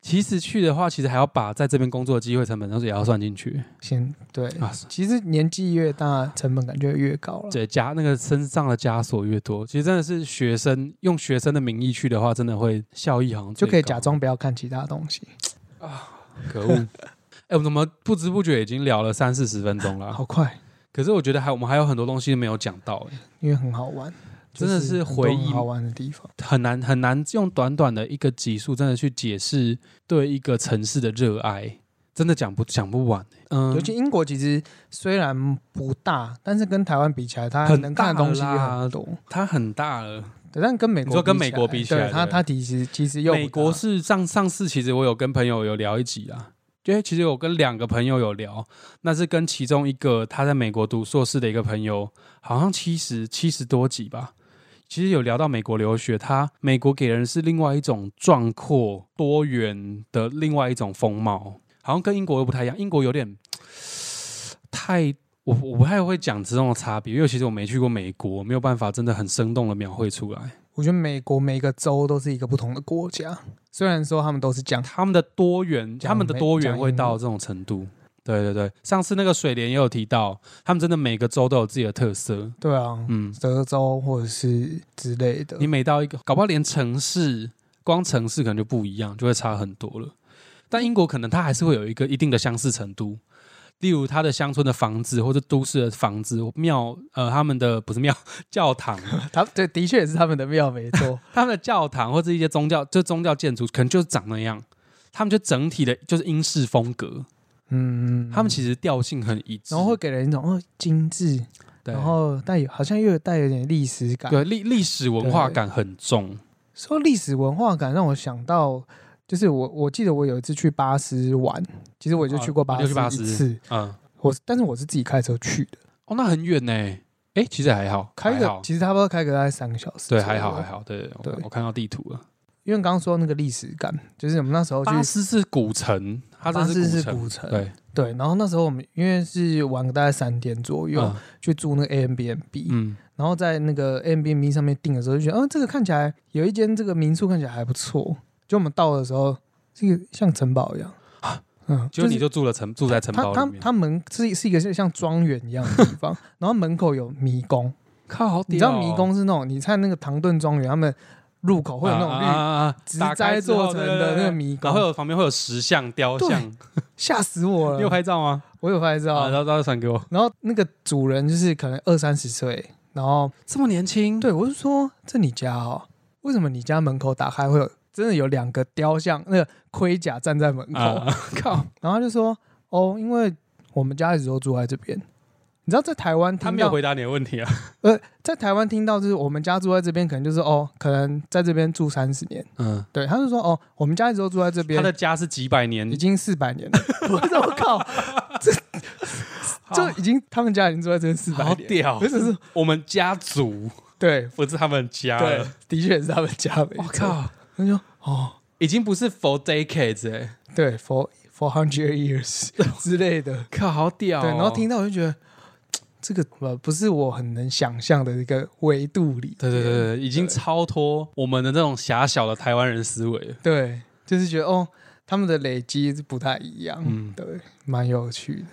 [SPEAKER 1] 其实去的话，其实还要把在这边工作的机会成本，然后也要算进去
[SPEAKER 2] 先对。
[SPEAKER 1] 啊。
[SPEAKER 2] 其实年纪越大，成本感觉越高了。
[SPEAKER 1] 对加那个身上的枷锁越多，其实真的是学生用学生的名义去的话，真的会效益好像最
[SPEAKER 2] 就可以
[SPEAKER 1] 高
[SPEAKER 2] 假装不要看其他东西，
[SPEAKER 1] 可恶。 哎、我们怎么不知不觉已经聊了三四十分钟了啊、
[SPEAKER 2] 好快，
[SPEAKER 1] 可是我觉得还我们还有很多东西没有讲到、哎
[SPEAKER 2] 因为很好玩，
[SPEAKER 1] 真的是
[SPEAKER 2] 就很多
[SPEAKER 1] 回忆
[SPEAKER 2] 很好玩的地方。
[SPEAKER 1] 很难很难用短短的一个集数，真的去解释对一个城市的热爱，真的讲不讲不完、哎嗯，
[SPEAKER 2] 尤其英国其实虽然不大，但是跟台湾比起来，它
[SPEAKER 1] 很
[SPEAKER 2] 能看的
[SPEAKER 1] 大
[SPEAKER 2] 东西也
[SPEAKER 1] 啦
[SPEAKER 2] 很多。
[SPEAKER 1] 它很大了。
[SPEAKER 2] 对，但跟美国
[SPEAKER 1] 你说跟美国比起来
[SPEAKER 2] 对它
[SPEAKER 1] 对
[SPEAKER 2] 它其实其实又不
[SPEAKER 1] 美国
[SPEAKER 2] 大
[SPEAKER 1] 是上上次其实我有跟朋友有聊一集啊，因为其实我跟两个朋友有聊，那是跟其中一个他在美国读硕士的一个朋友，好像七十七十多集吧。其实有聊到美国留学，他美国给人是另外一种壮阔多元的另外一种风貌，好像跟英国又不太一样。英国有点太我我不太会讲这种差别，因为其实我没去过美国，没有办法真的很生动的描绘出来。
[SPEAKER 2] 我觉得美国每个州都是一个不同的国家，虽然说他们都是讲
[SPEAKER 1] 他们的多元，
[SPEAKER 2] 讲
[SPEAKER 1] 他们的多元会
[SPEAKER 2] 哦讲英
[SPEAKER 1] 到
[SPEAKER 2] 文
[SPEAKER 1] 这种程度。对对对，上次那个水莲也有提到，他们真的每个州都有自己的特色。
[SPEAKER 2] 对啊，
[SPEAKER 1] 嗯，
[SPEAKER 2] 德州或者是之类的
[SPEAKER 1] 你，每到一个，搞不好连城市，光城市可能就不一样，就会差很多了。但英国可能它还是会有一个一定的相似程度，例如它的乡村的房子，或者都市的房子、庙，呃，他们的不是庙，教堂，
[SPEAKER 2] 他对的确也是他们的庙没错，
[SPEAKER 1] 他们的教堂或者一些宗教，就宗教建筑，可能就是长那样。他们就整体的就是英式风格，
[SPEAKER 2] 嗯，
[SPEAKER 1] 他们其实调性很一致，
[SPEAKER 2] 然后会给人一种哦精致，
[SPEAKER 1] 对
[SPEAKER 2] 然后带有好像又有带有点历史感，
[SPEAKER 1] 对历历史文化感很重，
[SPEAKER 2] 说历史文化感让我想到，就是我我记得我有一次去巴斯玩，其实我就去过
[SPEAKER 1] 哦
[SPEAKER 2] 巴
[SPEAKER 1] 你就去巴
[SPEAKER 2] 斯
[SPEAKER 1] 斯
[SPEAKER 2] 一次，
[SPEAKER 1] 嗯，
[SPEAKER 2] 我但是我是自己开车去的，
[SPEAKER 1] 哦，那很远呢，哎，其实还好，
[SPEAKER 2] 开
[SPEAKER 1] 还
[SPEAKER 2] 个
[SPEAKER 1] 好
[SPEAKER 2] 其实差不多开个大概三个小时，
[SPEAKER 1] 对，还好还。好，对，我
[SPEAKER 2] 对
[SPEAKER 1] 我看到地图了，
[SPEAKER 2] 因为刚刚说那个历史感，就是我们那时候去
[SPEAKER 1] 巴斯是古城，它
[SPEAKER 2] 巴
[SPEAKER 1] 这
[SPEAKER 2] 斯是
[SPEAKER 1] 古城，
[SPEAKER 2] 古呃城，
[SPEAKER 1] 对，
[SPEAKER 2] 对，然后那时候我们因为是玩个大概三天左右，
[SPEAKER 1] 嗯
[SPEAKER 2] 去住那个 a m b n b
[SPEAKER 1] 嗯，
[SPEAKER 2] 然后在那个 a m b n b 上面订的时候就觉得，嗯、这个看起来有一间这个民宿看起来还不错。就我们到的时候，这个像城堡一样，嗯，
[SPEAKER 1] 啊就你就住了城，住在城
[SPEAKER 2] 它
[SPEAKER 1] 堡
[SPEAKER 2] 它
[SPEAKER 1] 里面，
[SPEAKER 2] 它门是是一个像庄园一样的 地方，然后门口有迷宫，
[SPEAKER 1] 靠，好屌哦，
[SPEAKER 2] 你知道迷宫是那种，你看那个唐顿庄园，他们入口会有那种
[SPEAKER 1] 啊
[SPEAKER 2] 绿
[SPEAKER 1] 啊啊啊
[SPEAKER 2] 植
[SPEAKER 1] 打开
[SPEAKER 2] 栽
[SPEAKER 1] 之后
[SPEAKER 2] 做
[SPEAKER 1] 对
[SPEAKER 2] 成
[SPEAKER 1] 对
[SPEAKER 2] 的
[SPEAKER 1] 对
[SPEAKER 2] 那
[SPEAKER 1] 对
[SPEAKER 2] 个迷
[SPEAKER 1] 然后会
[SPEAKER 2] 宫，
[SPEAKER 1] 有旁边会有石像、雕
[SPEAKER 2] 对
[SPEAKER 1] 像，
[SPEAKER 2] 吓死我了！
[SPEAKER 1] 你有拍照吗？
[SPEAKER 2] 我有拍照，
[SPEAKER 1] 啊，然后然后传给我，
[SPEAKER 2] 然后那个主人就是可能二三十岁，然后
[SPEAKER 1] 这么年轻，
[SPEAKER 2] 对我就说：“这你家哦？为什么你家门口打开会有真的有两个雕像，那个盔甲站在门口？”
[SPEAKER 1] 啊，
[SPEAKER 2] 靠！然后他就说：“哦，因为我们家一直都住在这边。”你知道在台湾
[SPEAKER 1] 他
[SPEAKER 2] 听
[SPEAKER 1] 没有
[SPEAKER 2] 到
[SPEAKER 1] 回答你的问题啊，
[SPEAKER 2] 呃，在台湾听到就是我们家住在这边，可能就是哦，可能在这边住三十年。
[SPEAKER 1] 嗯，
[SPEAKER 2] 对，他就说哦，我们家一直都住在这
[SPEAKER 1] 他
[SPEAKER 2] 边，
[SPEAKER 1] 的家是几百年
[SPEAKER 2] 已，经四百年了。 我说我靠，这已经他们家已经住在这边四百
[SPEAKER 1] 好
[SPEAKER 2] 年，
[SPEAKER 1] 屌
[SPEAKER 2] 不，是是，
[SPEAKER 1] 我们家族
[SPEAKER 2] 对
[SPEAKER 1] 不是他们家
[SPEAKER 2] 对
[SPEAKER 1] 了。，
[SPEAKER 2] 的确是他们家没
[SPEAKER 1] 啊我
[SPEAKER 2] 错，
[SPEAKER 1] 靠，
[SPEAKER 2] 他就哦，
[SPEAKER 1] 已经不是 for decades 哎、欸，
[SPEAKER 2] 对，for for hundred years 之类的，
[SPEAKER 1] 靠，好屌哦、
[SPEAKER 2] 对，然后听到我就觉得。嘖这个呃不是我很能想象的一个维度里，
[SPEAKER 1] 对，对对对对，已经
[SPEAKER 2] 对
[SPEAKER 1] 超脱我们的那种狭小的台湾人思维了。
[SPEAKER 2] 对，就是觉得哦，他们的累积是不太一样，
[SPEAKER 1] 嗯
[SPEAKER 2] 对，蛮有趣的。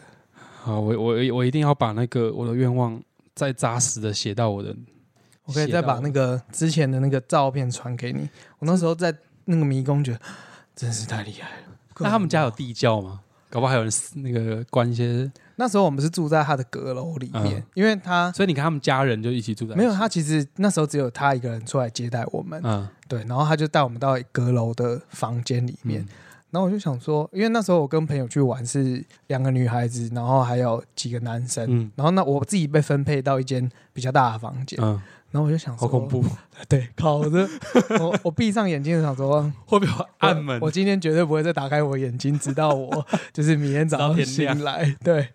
[SPEAKER 1] 好，我我我一定要把那个我的愿望再扎实的写到我的。
[SPEAKER 2] 我可以
[SPEAKER 1] 写
[SPEAKER 2] 再
[SPEAKER 1] 到
[SPEAKER 2] 把
[SPEAKER 1] 了
[SPEAKER 2] 那个之前的那个照片传给你。我那时候在那个迷宫，觉得真是太厉害了。
[SPEAKER 1] 那他们家有地窖吗？搞不好还有人死那个关一些，
[SPEAKER 2] 那时候我们是住在他的阁楼里面，
[SPEAKER 1] 嗯
[SPEAKER 2] 因为他
[SPEAKER 1] 所以你跟他们家人就一起住在
[SPEAKER 2] 没有他，其实那时候只有他一个人出来接待我们，
[SPEAKER 1] 嗯
[SPEAKER 2] 对，然后他就带我们到阁楼的房间里面，
[SPEAKER 1] 嗯
[SPEAKER 2] 然后我就想说，因为那时候我跟朋友去玩是两个女孩子，然后还有几个男生，
[SPEAKER 1] 嗯
[SPEAKER 2] 然后那我自己被分配到一间比较大的房间，
[SPEAKER 1] 嗯，
[SPEAKER 2] 然后我就想说，
[SPEAKER 1] 好恐， 怖，
[SPEAKER 2] 对，靠我这我我闭上眼睛就想说，
[SPEAKER 1] 会不会有 暗门
[SPEAKER 2] 我，？我今天绝对不会再打开我眼睛，直到 我就是明天早
[SPEAKER 1] 直到
[SPEAKER 2] 上
[SPEAKER 1] 天亮
[SPEAKER 2] 醒来，对，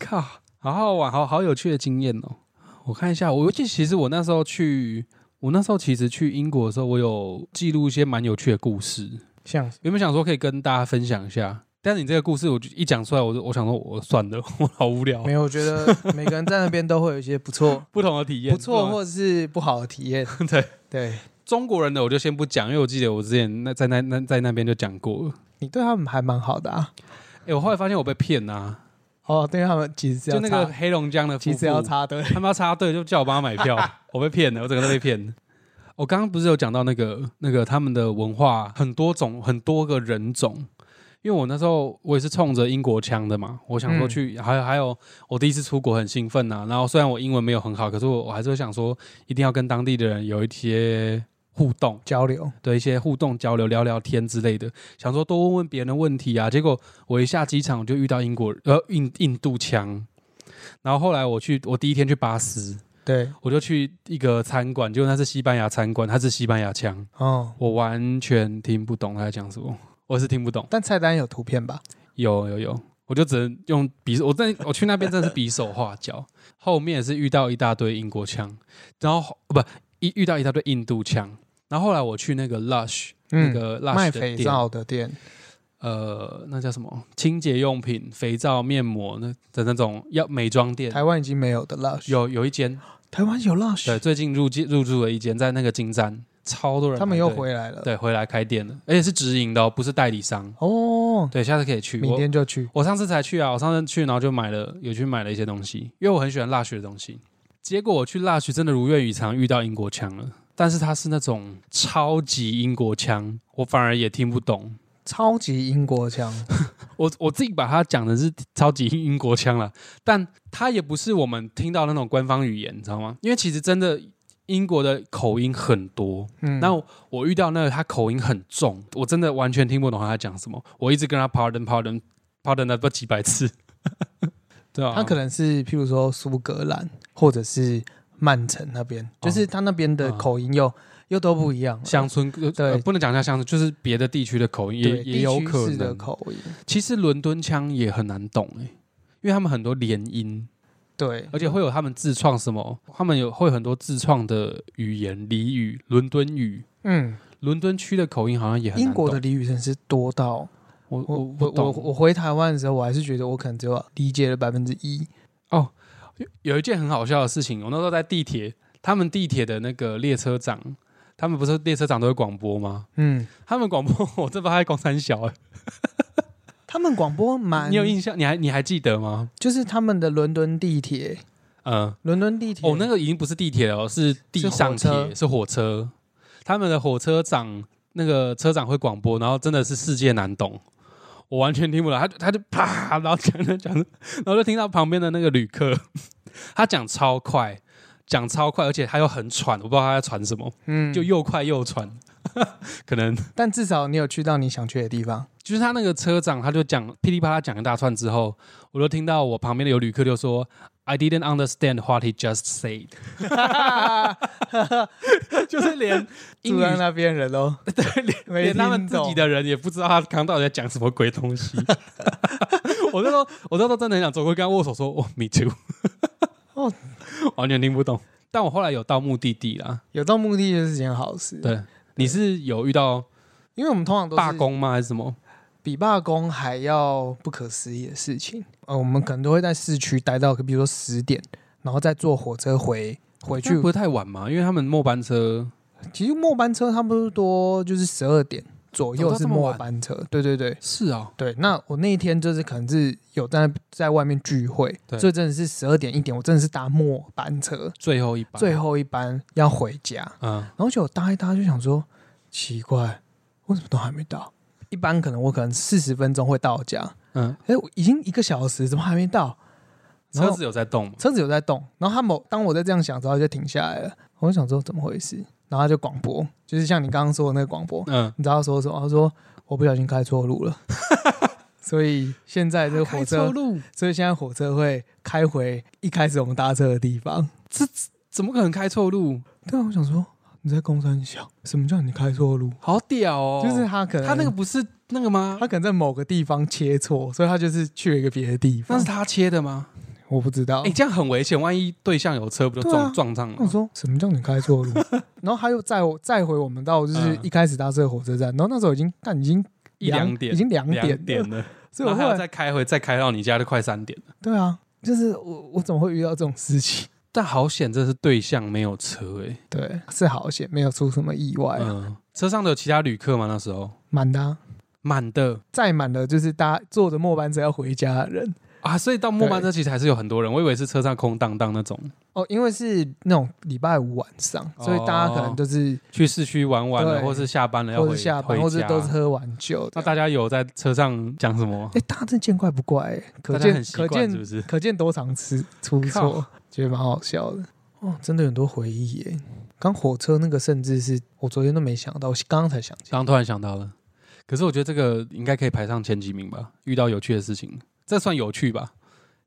[SPEAKER 1] 靠，好好玩，好好有趣的经验哦、我看一下，我记得其实我那时候去，我那时候其实去英国的时候，我有记录一些蛮有趣的故事。
[SPEAKER 2] 像
[SPEAKER 1] 原本想说可以跟大家分享一下，但是你这个故事我就一讲出来，我就我想说，我算了， 我好无聊
[SPEAKER 2] 没。有，我觉得每个人在那边都会有一些不 错、
[SPEAKER 1] 不同的体验，
[SPEAKER 2] 不错或者是不好的体验，
[SPEAKER 1] 啊 对
[SPEAKER 2] 对。
[SPEAKER 1] 中国人的我就先不讲，因为我记得我之前那在那那在那边就讲过了。
[SPEAKER 2] 你对他们还蛮好的啊，
[SPEAKER 1] 哎、我后来发现我被骗啊，
[SPEAKER 2] 哦，对他们其实是
[SPEAKER 1] 就
[SPEAKER 2] 要
[SPEAKER 1] 那个
[SPEAKER 2] 插
[SPEAKER 1] 黑龙江的夫
[SPEAKER 2] 其
[SPEAKER 1] 妇
[SPEAKER 2] 实要插队，
[SPEAKER 1] 他们要插队就叫我帮他买票，我被骗了，我整个都被骗了。我刚刚不是有讲到那个那个他们的文化很多种很多个人种，因为我那时候我也是冲着英国腔的嘛，我想说
[SPEAKER 2] 嗯
[SPEAKER 1] 去，还有还有我第一次出国很兴奋呐、然后虽然我英文没有很好，可是我我还是会想说一定要跟当地的人有一些互动，
[SPEAKER 2] 交流，
[SPEAKER 1] 的一些互动交流、聊聊天之类的，想说多问问别人的问题啊。结果我一下机场我就遇到英国呃印印度腔，然后后来我去我第一天去巴斯，
[SPEAKER 2] 对，
[SPEAKER 1] 我就去一个餐馆，结果那是西班牙餐馆，它是西班牙腔，
[SPEAKER 2] 哦，
[SPEAKER 1] 我完全听不懂他在讲什么，我是听不懂。
[SPEAKER 2] 但菜单有图片吧？
[SPEAKER 1] 有有有，我就只能用比我在我去那边真的是比手画脚，后面也是遇到一大堆英国腔，然后不一遇到一大堆印度腔，然后后来我去那个 Lush。那个
[SPEAKER 2] 卖
[SPEAKER 1] Lush 的
[SPEAKER 2] 肥
[SPEAKER 1] 店，
[SPEAKER 2] 皂的店，
[SPEAKER 1] 呃，那叫什么清洁用品、肥皂、面膜那的那种要美妆店，
[SPEAKER 2] 台湾已经没有的 Lush，
[SPEAKER 1] 有有一间，
[SPEAKER 2] 台湾有 Lush，
[SPEAKER 1] 对，最近入进入住了一间，在那个金山，超多人排队，
[SPEAKER 2] 他们又回来了，
[SPEAKER 1] 对回来开店了，而且是直营的、哦，不是代理商。
[SPEAKER 2] 哦，
[SPEAKER 1] 对，下次可以去。
[SPEAKER 2] 明
[SPEAKER 1] 我
[SPEAKER 2] 天就去，
[SPEAKER 1] 我上次才去啊，我上次去，然后就买了，有去买了一些东西，因为我很喜欢辣雪的东西。结果我去辣雪真的如愿以偿，遇到英国腔了，但是它是那种超级英国腔，我反而也听不懂。
[SPEAKER 2] 超级英国腔，
[SPEAKER 1] 我我自己把它讲的是超级英国腔了，但它也不是我们听到那种官方语言，你知道吗？因为其实真的英国的口音很多，
[SPEAKER 2] 嗯，
[SPEAKER 1] 那我遇到那个他口音很重，我真的完全听不懂他在讲什么，我一直跟他 pardon pardon pardon 了不知道几百次， 对 啊，
[SPEAKER 2] 他可能是譬如说苏格兰或者是曼城那
[SPEAKER 1] 哦
[SPEAKER 2] 边，就是他那边的口音
[SPEAKER 1] 啊
[SPEAKER 2] 又又都不一样了，
[SPEAKER 1] 乡村呃
[SPEAKER 2] 对
[SPEAKER 1] 呃不能讲叫乡村，就是别的地区的口音也
[SPEAKER 2] 对
[SPEAKER 1] 也有
[SPEAKER 2] 地区
[SPEAKER 1] 可
[SPEAKER 2] 式的
[SPEAKER 1] 能。
[SPEAKER 2] 口音，
[SPEAKER 1] 其实伦敦腔也很难懂哎、因为他们很多连音。
[SPEAKER 2] 对，
[SPEAKER 1] 而且会有他们自创什么，他们有会有很多自创的语言俚语，伦敦语，
[SPEAKER 2] 嗯，
[SPEAKER 1] 伦敦区的口音好像也很难
[SPEAKER 2] 英国的
[SPEAKER 1] 懂，
[SPEAKER 2] 俚语真是多到。
[SPEAKER 1] 我
[SPEAKER 2] 我
[SPEAKER 1] 我
[SPEAKER 2] 我
[SPEAKER 1] 不
[SPEAKER 2] 我
[SPEAKER 1] 懂。
[SPEAKER 2] 我回台湾的时候，我还是觉得我可能只有理解了百分之一。
[SPEAKER 1] 有一件很好笑的事情，我那时候在地铁，他们地铁的那个列车长，他们不是列车长都会广播吗？
[SPEAKER 2] 嗯，
[SPEAKER 1] 他们广播， 我这不知道他在广三小、欸，
[SPEAKER 2] 他们广播蛮，
[SPEAKER 1] 你有印象？你还你还记得吗？
[SPEAKER 2] 就是他们的伦敦地铁，
[SPEAKER 1] 嗯，
[SPEAKER 2] 伦敦地铁
[SPEAKER 1] 哦，那个已经不是地铁了哦，是地上
[SPEAKER 2] 是火车
[SPEAKER 1] 铁，是火车。他们的火车长那个车长会广播，然后真的是世界难懂，我完全听不懂。他就他就 啪，然后讲着讲着，然后就听到旁边的那个旅客， 他讲超快，讲超快，而且他又很喘，我不知道他在喘什么，
[SPEAKER 2] 嗯，
[SPEAKER 1] 就又快又喘， 可能
[SPEAKER 2] 但至少你有去到你想去的地方。
[SPEAKER 1] 就是他那个车长，他就讲噼里啪啦讲一大串之后，我就听到我旁边的有旅客就说：“I didn't understand what he just said。”就是 连 英
[SPEAKER 2] 住在
[SPEAKER 1] 语
[SPEAKER 2] 那边 人喽， 对，
[SPEAKER 1] 连他们自己的人也不知道他刚刚到底在讲什么鬼东 西。 我那时候，我那时候真的很想走过去跟他握手说，哦，me too，
[SPEAKER 2] 哦
[SPEAKER 1] 完全听不懂。但我后来有到目的地啦。
[SPEAKER 2] 有到目的就是件好事。，
[SPEAKER 1] 对，你是有遇到
[SPEAKER 2] 因为我们通常都是
[SPEAKER 1] 罢工吗？还是什么？
[SPEAKER 2] 比罢工还要不可思议的事情。呃，我们可能都会在市区待到，比如说十点，然后再坐火车回回去
[SPEAKER 1] 那不会太晚嘛，因为他们末班车
[SPEAKER 2] 其实末班车差不多就是十二点左
[SPEAKER 1] 哦
[SPEAKER 2] 右
[SPEAKER 1] 到
[SPEAKER 2] 是
[SPEAKER 1] 这么晚
[SPEAKER 2] 末班车，对对对
[SPEAKER 1] 是哦，
[SPEAKER 2] 对。那我那一天就是可能是有在在外面聚会，
[SPEAKER 1] 对
[SPEAKER 2] 所以真的是十二点一点，我真的是搭末班车
[SPEAKER 1] 最后一班，
[SPEAKER 2] 最后一班要回家，然
[SPEAKER 1] 嗯。
[SPEAKER 2] 后就搭一搭就想说奇怪，为什么都还没到？一般可能我可能四十分钟会到家，
[SPEAKER 1] 嗯，
[SPEAKER 2] 哎，我已经一个小时，怎么还没到？然
[SPEAKER 1] 车
[SPEAKER 2] 后
[SPEAKER 1] 子有在动吗？
[SPEAKER 2] 车子有在动，然后他某当我在这样想之后，他就停下来了。我就想说怎么回事，然后他就广播，就是像你刚刚说的那个广播，
[SPEAKER 1] 嗯，
[SPEAKER 2] 你知道他说什么？他说我不小心开错路了， 所以现在这个火车，
[SPEAKER 1] 路
[SPEAKER 2] 所以现在火车会开回一开始我们搭车的地方。
[SPEAKER 1] 怎么可能开错路？
[SPEAKER 2] 对啊，我想说你在公山小，什么叫你开错路？
[SPEAKER 1] 好屌哦！
[SPEAKER 2] 就是他可能
[SPEAKER 1] 他那个不是那个吗
[SPEAKER 2] 他？可能在某个地方切错，所以他就是去了一个别的地
[SPEAKER 1] 那
[SPEAKER 2] 方
[SPEAKER 1] 是。他切的吗？
[SPEAKER 2] 我不知道。
[SPEAKER 1] 哎、这样很危险，万一对象有车，不就
[SPEAKER 2] 对啊
[SPEAKER 1] 撞、撞上了
[SPEAKER 2] 我
[SPEAKER 1] 吗？
[SPEAKER 2] 说什么叫你开错路？ 然后他又载我载回我们到就是
[SPEAKER 1] 嗯
[SPEAKER 2] 一开始搭车的火车站，然后那时候已经干已经
[SPEAKER 1] 一两点
[SPEAKER 2] 已经两点了
[SPEAKER 1] 两点了，
[SPEAKER 2] 所以
[SPEAKER 1] 然
[SPEAKER 2] 我
[SPEAKER 1] 后还
[SPEAKER 2] 后
[SPEAKER 1] 要
[SPEAKER 2] 来
[SPEAKER 1] 再开回，再开到你家就快三点了。
[SPEAKER 2] 对啊，就是我我怎么会遇到这种事情？
[SPEAKER 1] 但好险，这是对象没有车哎、
[SPEAKER 2] 对，是好险没有出什么意外，啊
[SPEAKER 1] 嗯，车上的有其他旅客吗？那时候
[SPEAKER 2] 满的啊、
[SPEAKER 1] 满的
[SPEAKER 2] 载满了就是搭坐着末班车要回家的人
[SPEAKER 1] 啊，所以到末班车其实还是有很多人，我以为是车上空荡荡那种，
[SPEAKER 2] 哦，因为是那种礼拜五晚上，
[SPEAKER 1] 哦
[SPEAKER 2] 所以大家可能就是、
[SPEAKER 1] 去市区玩玩了，
[SPEAKER 2] 对
[SPEAKER 1] 或是下班了要
[SPEAKER 2] 或者
[SPEAKER 1] 回
[SPEAKER 2] 下班，
[SPEAKER 1] 回
[SPEAKER 2] 或者
[SPEAKER 1] 家
[SPEAKER 2] 都是喝完酒
[SPEAKER 1] 那
[SPEAKER 2] 的。
[SPEAKER 1] 大家有在车上讲什么？
[SPEAKER 2] 哎、大家真见怪不怪、欸，可
[SPEAKER 1] 大家
[SPEAKER 2] 见
[SPEAKER 1] 很习
[SPEAKER 2] 可
[SPEAKER 1] 惯
[SPEAKER 2] 见
[SPEAKER 1] 是不是
[SPEAKER 2] 可见多常吃出错，觉得蛮好笑的。哦，真的有很多回忆耶、刚火车那个，甚至是我昨天都没想到，我刚刚才想起来。
[SPEAKER 1] 刚刚突然想到了，可是我觉得这个应该可以排上前几名吧。遇到有趣的事情，这算有趣吧？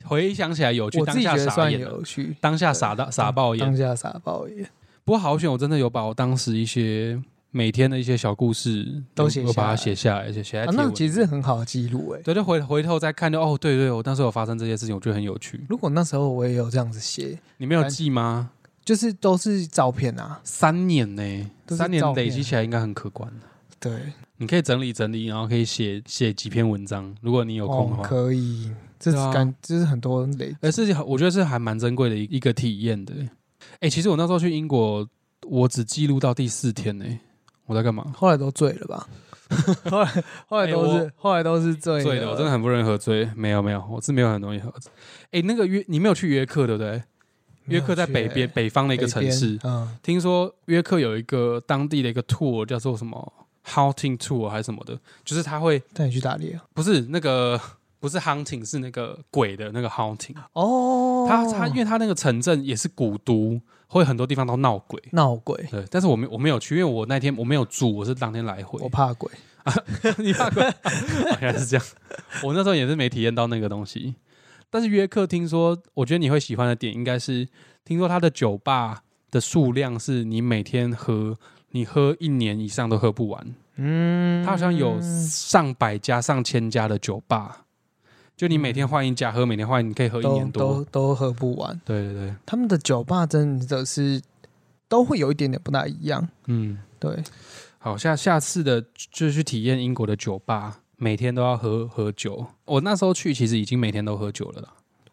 [SPEAKER 1] 回想起来有趣，
[SPEAKER 2] 我自
[SPEAKER 1] 当
[SPEAKER 2] 己
[SPEAKER 1] 下
[SPEAKER 2] 觉得
[SPEAKER 1] 傻
[SPEAKER 2] 算
[SPEAKER 1] 眼了，
[SPEAKER 2] 有趣，
[SPEAKER 1] 当下傻到傻爆眼
[SPEAKER 2] 当。下傻爆眼。
[SPEAKER 1] 不过好险，我真的有把我当时一些每天的一些小故事
[SPEAKER 2] 都
[SPEAKER 1] 有
[SPEAKER 2] 写
[SPEAKER 1] 有把它
[SPEAKER 2] 下
[SPEAKER 1] 写
[SPEAKER 2] 来
[SPEAKER 1] 下来，而且写在
[SPEAKER 2] 啊
[SPEAKER 1] 贴文里、
[SPEAKER 2] 那其实是很好的记录哎。
[SPEAKER 1] 对，就回回头再看就，哦，对对，我当时有发生这些事情，我觉得很有趣。
[SPEAKER 2] 如果那时候我也有这样子写，
[SPEAKER 1] 你没有
[SPEAKER 2] 感
[SPEAKER 1] 记吗？
[SPEAKER 2] 就是都是照片啊，
[SPEAKER 1] 三年呢、
[SPEAKER 2] 都是
[SPEAKER 1] 三年
[SPEAKER 2] 照片啊
[SPEAKER 1] 累积起来应该很可观。
[SPEAKER 2] 对，
[SPEAKER 1] 你可以整理整理，然后可以写写几篇文章，如果你有空的
[SPEAKER 2] 哦
[SPEAKER 1] 话。
[SPEAKER 2] 可以，这
[SPEAKER 1] 对啊
[SPEAKER 2] 是感就是很多累
[SPEAKER 1] 而是我觉得是还蛮珍贵的一一个体验的、欸。哎、其实我那时候去英国，我只记录到第四天呢、我在干嘛？
[SPEAKER 2] 后来都醉了吧？后来后来都是、后来都是醉
[SPEAKER 1] 醉的，我真的很不容易喝醉。没有没有，我是没有很容易喝醉。哎、那个约你没有去约克对不对？
[SPEAKER 2] 没
[SPEAKER 1] 约
[SPEAKER 2] 有
[SPEAKER 1] 克在北
[SPEAKER 2] 去
[SPEAKER 1] 边北方的一个城市
[SPEAKER 2] 北，边嗯，
[SPEAKER 1] 听说约克有一个当地的一个 tour 叫做什么 hunting tour 还是什么的，就是他会
[SPEAKER 2] 带你去打猎啊
[SPEAKER 1] 不是那个不是 hunting 是那个鬼的那个 hunting，
[SPEAKER 2] 哦，
[SPEAKER 1] 他他因为他那个城镇也是古都，会很多地方都闹鬼。
[SPEAKER 2] 哦闹鬼，
[SPEAKER 1] 对，但是我没我没有去，因为我那天我没有住，我是当天来回
[SPEAKER 2] 我。怕鬼，
[SPEAKER 1] 你怕鬼？哦 原来是这样，我那时候也是没体验到那个东西。但是约克听说，我觉得你会喜欢的点应该是，听说他的酒吧的数量是你每天喝，你喝一年以上都喝不完。
[SPEAKER 2] 嗯，
[SPEAKER 1] 他好像有上百家、上千家的酒吧，就你每天换一家喝，每天换，你可以喝一
[SPEAKER 2] 都
[SPEAKER 1] 年多
[SPEAKER 2] 都。都喝不完，
[SPEAKER 1] 对对对，
[SPEAKER 2] 他们的酒吧真的是都会有一点点不大一样，
[SPEAKER 1] 嗯，
[SPEAKER 2] 对，
[SPEAKER 1] 好，下下次的就是去体验英国的酒吧，每天都要喝喝酒。我那时候去其实已经每天都喝酒了啦。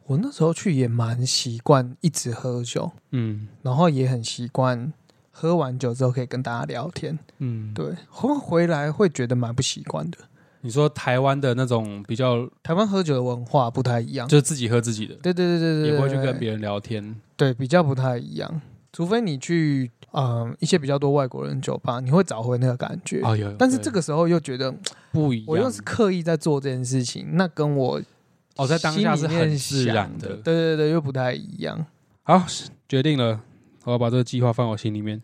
[SPEAKER 2] 我那时候去也蛮习惯一直喝酒，
[SPEAKER 1] 嗯
[SPEAKER 2] 然后也很习惯喝完酒之后可以跟大家聊天。
[SPEAKER 1] 嗯，
[SPEAKER 2] 对，回回来会觉得蛮不习惯的。
[SPEAKER 1] 你说台湾的那种比较，
[SPEAKER 2] 台湾喝酒的文化不太一样，
[SPEAKER 1] 就是自己喝自己的，
[SPEAKER 2] 对对对对对，
[SPEAKER 1] 也不会去
[SPEAKER 2] 对
[SPEAKER 1] 跟别人聊天。
[SPEAKER 2] 对比较不太一样，除非你去嗯、呃一些比较多外国人酒吧，你会找回那个感觉。
[SPEAKER 1] 哦，有有
[SPEAKER 2] 但是
[SPEAKER 1] 对
[SPEAKER 2] 这个时候又觉得
[SPEAKER 1] 不一样，
[SPEAKER 2] 我又是刻意在做这件事情，那跟我
[SPEAKER 1] 哦，在当下是
[SPEAKER 2] 心里面
[SPEAKER 1] 很自然
[SPEAKER 2] 想
[SPEAKER 1] 的
[SPEAKER 2] 的，。对对对，又不太一样。
[SPEAKER 1] 好，决定了，我要把这个计划放我心里面。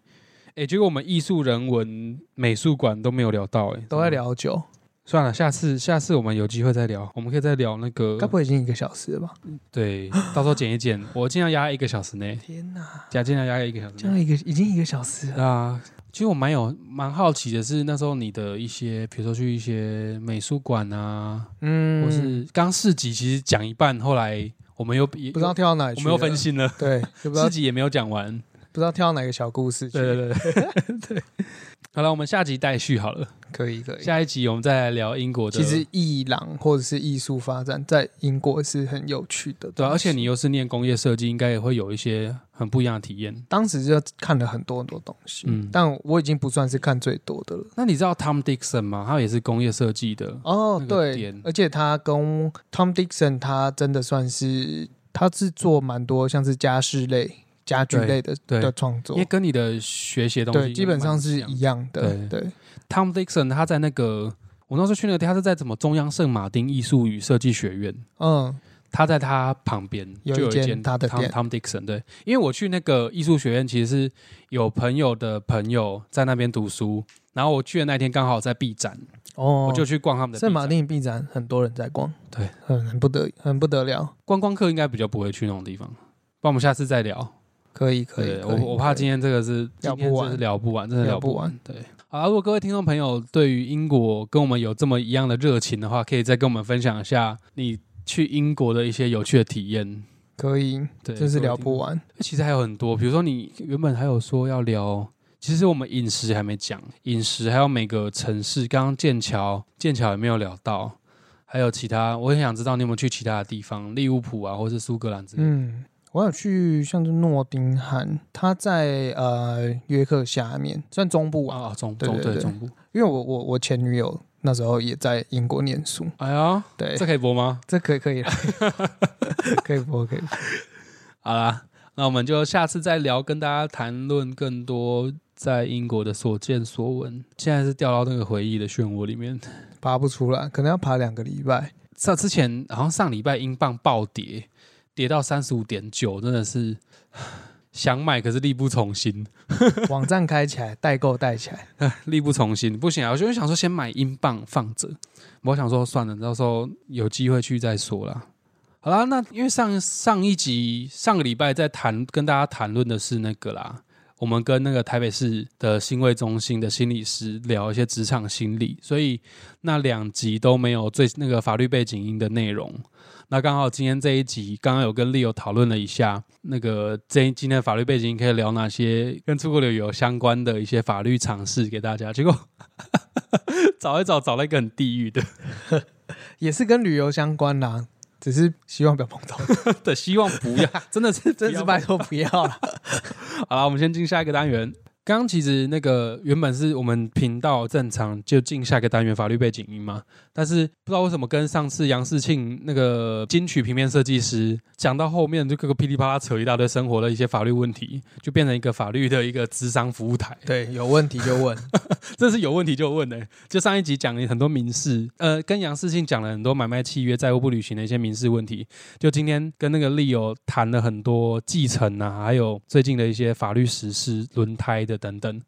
[SPEAKER 1] 哎，结果我们艺术、人文、美术馆都没有聊到，哎，
[SPEAKER 2] 都在。聊酒，
[SPEAKER 1] 算了，下次下次我们有机会再聊，我们可以再聊那个
[SPEAKER 2] 该不会已经一个小时了吧？
[SPEAKER 1] 对，到时候剪一剪，我尽量压在一个小时内，
[SPEAKER 2] 天哪，
[SPEAKER 1] 加尽量压在一个小时
[SPEAKER 2] 这
[SPEAKER 1] 内。
[SPEAKER 2] 样一个已经一个小时了。
[SPEAKER 1] 啊，其实我蛮有蛮好奇的是，那时候你的一些，比如说去一些美术馆啊，
[SPEAKER 2] 嗯
[SPEAKER 1] 或是刚市集，其实讲一半，后来我们又也
[SPEAKER 2] 不知道跳到哪里
[SPEAKER 1] 我
[SPEAKER 2] 去
[SPEAKER 1] 们
[SPEAKER 2] 了，
[SPEAKER 1] 又分心了，
[SPEAKER 2] 对，就不知道
[SPEAKER 1] 市集也没有讲完。
[SPEAKER 2] 不知道跳到哪个小故事去。
[SPEAKER 1] 对对对对， 好了，我们下集待续好了，
[SPEAKER 2] 可以可以。
[SPEAKER 1] 下一集我们再来聊英国的。
[SPEAKER 2] 其实艺廊或者是艺术发展在英国是很有趣的东西，
[SPEAKER 1] 对啊，而且你又是念工业设计，应该也会有一些很不一样的体验。
[SPEAKER 2] 当时就看了很多很多东西，
[SPEAKER 1] 嗯
[SPEAKER 2] 但我已经不算是看最多的了。
[SPEAKER 1] 那你知道 Tom Dixon 吗？他也是工业设计的。
[SPEAKER 2] 哦
[SPEAKER 1] 那，个
[SPEAKER 2] 对
[SPEAKER 1] 点，
[SPEAKER 2] 而且他跟 Tom Dixon 他真的算是他是做蛮多像是家饰类、家具类的
[SPEAKER 1] 对
[SPEAKER 2] 的创作
[SPEAKER 1] 因为，跟你的学习的东西
[SPEAKER 2] 对，基本上是
[SPEAKER 1] 一样
[SPEAKER 2] 一样的，
[SPEAKER 1] 对
[SPEAKER 2] 对，
[SPEAKER 1] Tom Dixon 他在那个我我那时候去那个地方他是在怎么中央圣马丁艺术与设计学院，
[SPEAKER 2] 嗯，
[SPEAKER 1] 他在他旁边
[SPEAKER 2] 有
[SPEAKER 1] 就有
[SPEAKER 2] 一
[SPEAKER 1] 一
[SPEAKER 2] 间
[SPEAKER 1] 间
[SPEAKER 2] 他的
[SPEAKER 1] Tom-
[SPEAKER 2] 店
[SPEAKER 1] Tom Dixon 对，因为我去那个艺术学院，其实是有朋友的朋友在那边读书，然后我去的那天刚好在 B 展，
[SPEAKER 2] 哦，
[SPEAKER 1] 我就去逛他们的 B
[SPEAKER 2] 圣马
[SPEAKER 1] 展
[SPEAKER 2] 丁臂展很多人在逛，
[SPEAKER 1] 对，
[SPEAKER 2] 很很不得很不得了，
[SPEAKER 1] 观光客应该比较不会去那种地方，不然我们下次再聊。
[SPEAKER 2] 可以可以
[SPEAKER 1] 对，，
[SPEAKER 2] 可
[SPEAKER 1] 我
[SPEAKER 2] 以
[SPEAKER 1] 我怕
[SPEAKER 2] 可以
[SPEAKER 1] 今天这个是今
[SPEAKER 2] 聊
[SPEAKER 1] 天真
[SPEAKER 2] 不完
[SPEAKER 1] 是聊不完，真的
[SPEAKER 2] 聊
[SPEAKER 1] 聊
[SPEAKER 2] 不
[SPEAKER 1] 不完。对，好啊，如果各位听众朋友对于英国跟我们有这么一样的热情的话，可以再跟我们分享一下你去英国的一些有趣的体验。
[SPEAKER 2] 可以，
[SPEAKER 1] 对，
[SPEAKER 2] 真是
[SPEAKER 1] 各位
[SPEAKER 2] 聊
[SPEAKER 1] 听
[SPEAKER 2] 不完。
[SPEAKER 1] 其实还有很多，比如说你原本还有说要聊，其实我们饮食还没讲，饮食还有每个城市，刚刚剑桥，剑桥也没有聊到，还有其他，我很想知道你有没有去其他的地方，利物浦啊，或是苏格兰之类的。
[SPEAKER 2] 嗯，我有去像是诺丁汉，它在呃约克下面，算中部啊，
[SPEAKER 1] 啊，啊中
[SPEAKER 2] 对
[SPEAKER 1] 中
[SPEAKER 2] 对
[SPEAKER 1] 对
[SPEAKER 2] 对
[SPEAKER 1] 中部，
[SPEAKER 2] 因为我我我前女友那时候也在英国念书，
[SPEAKER 1] 哎呀，
[SPEAKER 2] 对，
[SPEAKER 1] 这
[SPEAKER 2] 这
[SPEAKER 1] 可以播吗？
[SPEAKER 2] 这可以可 以了，可以不可以？
[SPEAKER 1] 好啦，那我们就下次再聊，跟大家谈论更多在英国的所见所闻。现在是掉到那个回忆的漩涡里面。
[SPEAKER 2] 爬不出来，可能要爬两个礼拜。
[SPEAKER 1] 上之前好像上礼拜英镑暴跌，跌到三十五点九，真的是想买可是力不从心，
[SPEAKER 2] 网站开起来，代购带起来，
[SPEAKER 1] 力不从心，不行啊！我就想说先买英镑放着，我想说算了，到时候有机会去再说啦。好啦，那因为上上一集上个礼拜在谈跟大家谈论的是那个啦，我们跟那个台北市的新卫中心的心理师聊一些职场心理，所以那两集都没有最那个法律背景音的内容。那刚好今天这一集，刚刚有跟 Leo 讨论了一下，那个这一今天的法律背景音可以聊哪些跟出国旅游相关的一些法律常识给大家。结果 找一找，找了一个很地狱的，
[SPEAKER 2] 也是跟旅游相关啦，只是希望不要碰到，
[SPEAKER 1] 的希望不要， 真的是
[SPEAKER 2] 真是拜托不 要啦。
[SPEAKER 1] 好了，我们先进下一个单元。刚刚其实那个原本是我们频道正常就进下一个单元法律背景音嘛，但是不知道为什么跟上次杨世庆那个金曲平面设计师讲到后面就各个噼里啪啦扯一大堆生活的一些法律问题，就变成一个法律的一个智商服务台。
[SPEAKER 2] 对，有问题就问，
[SPEAKER 1] 这是有问题就问的、就上一集讲了很多民事，呃，跟杨世庆讲了很多买卖契约、债务不履行的一些民事问题。就今天跟那个利友谈了很多继承啊，还有最近的一些法律实施、轮胎的等等，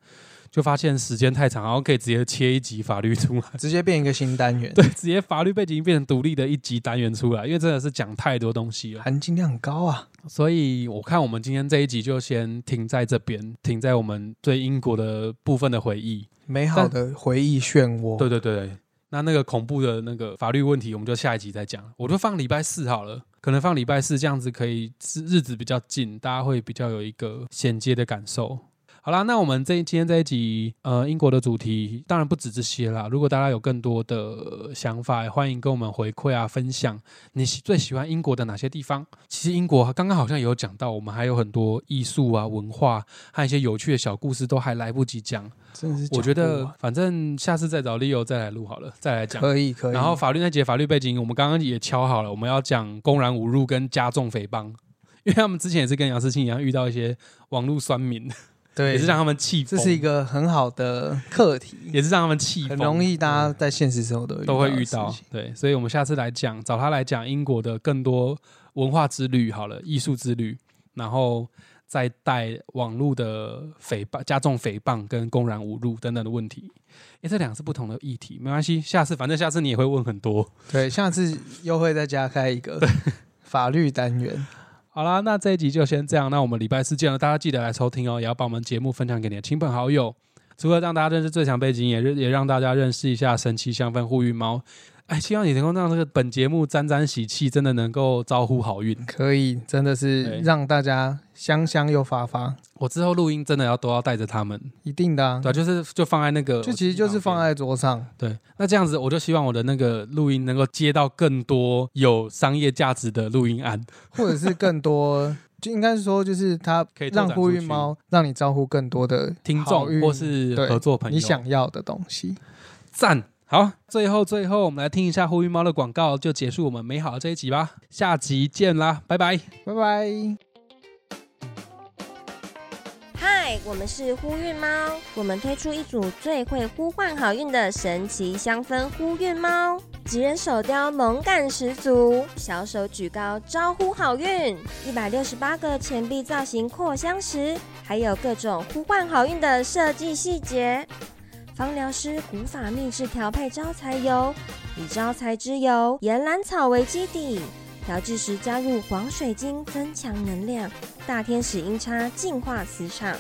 [SPEAKER 1] 就发现时间太长，然后可以直接切一集法律出来，
[SPEAKER 2] 直接变一个新单元，
[SPEAKER 1] 对，直接法律背景变成独立的一集单元出来，因为真的是讲太多东西了。
[SPEAKER 2] 含金量很高啊。
[SPEAKER 1] 所以我看我们今天这一集就先停在这边，停在我们对英国的部分的回忆。
[SPEAKER 2] 美好的回忆漩涡，
[SPEAKER 1] 对对对对，那那个恐怖的那个法律问题，我们就下一集再讲。我就放礼拜四好了，可能放礼拜四这样子可以日日子比较近，大家会比较有一个衔接的感受。好啦，那我们这一今天这一集，呃，英国的主题当然不止这些啦。如果大家有更多的呃想法，也欢迎跟我们回馈啊，分享你喜最喜欢英国的哪些地方。其实英国刚刚好像有讲到，我们还有很多艺术啊、文化和一些有趣的小故事都还来不及讲。
[SPEAKER 2] 真的是
[SPEAKER 1] 我
[SPEAKER 2] 讲
[SPEAKER 1] 觉
[SPEAKER 2] 不
[SPEAKER 1] 得
[SPEAKER 2] 完
[SPEAKER 1] 反正下次再找 Leo 再来录好了，再来讲。
[SPEAKER 2] 可以可以。
[SPEAKER 1] 然后法律那节法律背景，我们刚刚也敲好了，我们要讲公然侮辱跟加重诽谤，因为他们之前也是跟杨思庆一样遇到一些网络酸民，
[SPEAKER 2] 对
[SPEAKER 1] 也是，让他们气
[SPEAKER 2] 这
[SPEAKER 1] 疯，
[SPEAKER 2] 是一个很好的课题，
[SPEAKER 1] 也是让他们气
[SPEAKER 2] 很
[SPEAKER 1] 疯，
[SPEAKER 2] 容易大家在现实生活都
[SPEAKER 1] 都会遇
[SPEAKER 2] 到的
[SPEAKER 1] 到
[SPEAKER 2] 事情。。
[SPEAKER 1] 对，所以我们下次来讲，找他来讲英国的更多文化之旅好了，艺术之旅，然后再带网络的诽谤、加重诽谤跟公然侮辱等等的问题。诶，这两个是不同的议题，没关系，下次反正下次你也会问很多。
[SPEAKER 2] 对，下次又会再加开一个法律单元。
[SPEAKER 1] 好啦，那这一集就先这样。那我们礼拜四见了，大家记得来收听哦，也要把我们节目分享给你的亲朋好友。除了让大家认识最强背景，也认也让大家认识一下神奇香氛护浴猫。哎，希望你能够让这个本节目沾沾喜气，真的能够招呼好运。
[SPEAKER 2] 可以，真的是
[SPEAKER 1] 对
[SPEAKER 2] 让大家香香又发发，
[SPEAKER 1] 我之后录音真的要都要带着他们，
[SPEAKER 2] 一定的、啊
[SPEAKER 1] 对、。啊，就是就放在那个，
[SPEAKER 2] 就其实就是放在桌上，
[SPEAKER 1] 对。那这样子，我就希望我的那个录音能够接到更多有商业价值的录音案，
[SPEAKER 2] 或者是更多， 就应该是说，就是它
[SPEAKER 1] 可以拓
[SPEAKER 2] 让
[SPEAKER 1] 展
[SPEAKER 2] 呼吁
[SPEAKER 1] 出去
[SPEAKER 2] 猫让你招呼更多的
[SPEAKER 1] 听
[SPEAKER 2] 好
[SPEAKER 1] 众
[SPEAKER 2] 运
[SPEAKER 1] 或是
[SPEAKER 2] 对
[SPEAKER 1] 合作朋友。
[SPEAKER 2] 你想要的东西。
[SPEAKER 1] 赞。好，最后最后，我们来听一下呼吁猫的广告，就结束我们美好的这一集吧。下集见啦，拜拜。
[SPEAKER 2] 拜拜。
[SPEAKER 3] 嗨，我们是呼运猫，我们推出一组最会呼唤好运的神奇香氛呼运猫，职人手雕萌感十足，小手举高招呼好运，一百六十八个钱币造型扩香石，还有各种呼唤好运的设计细节。芳疗师古法秘制调配招财油，以招财之油岩兰草为基底，调制时加入黄水晶增强能量，大天使音叉净化磁场。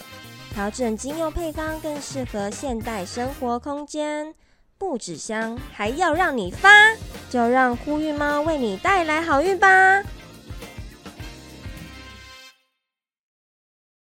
[SPEAKER 3] 调整精油配方更适合现代生活空间，不止香还要让你发，就让呼吁猫为你带来好运吧！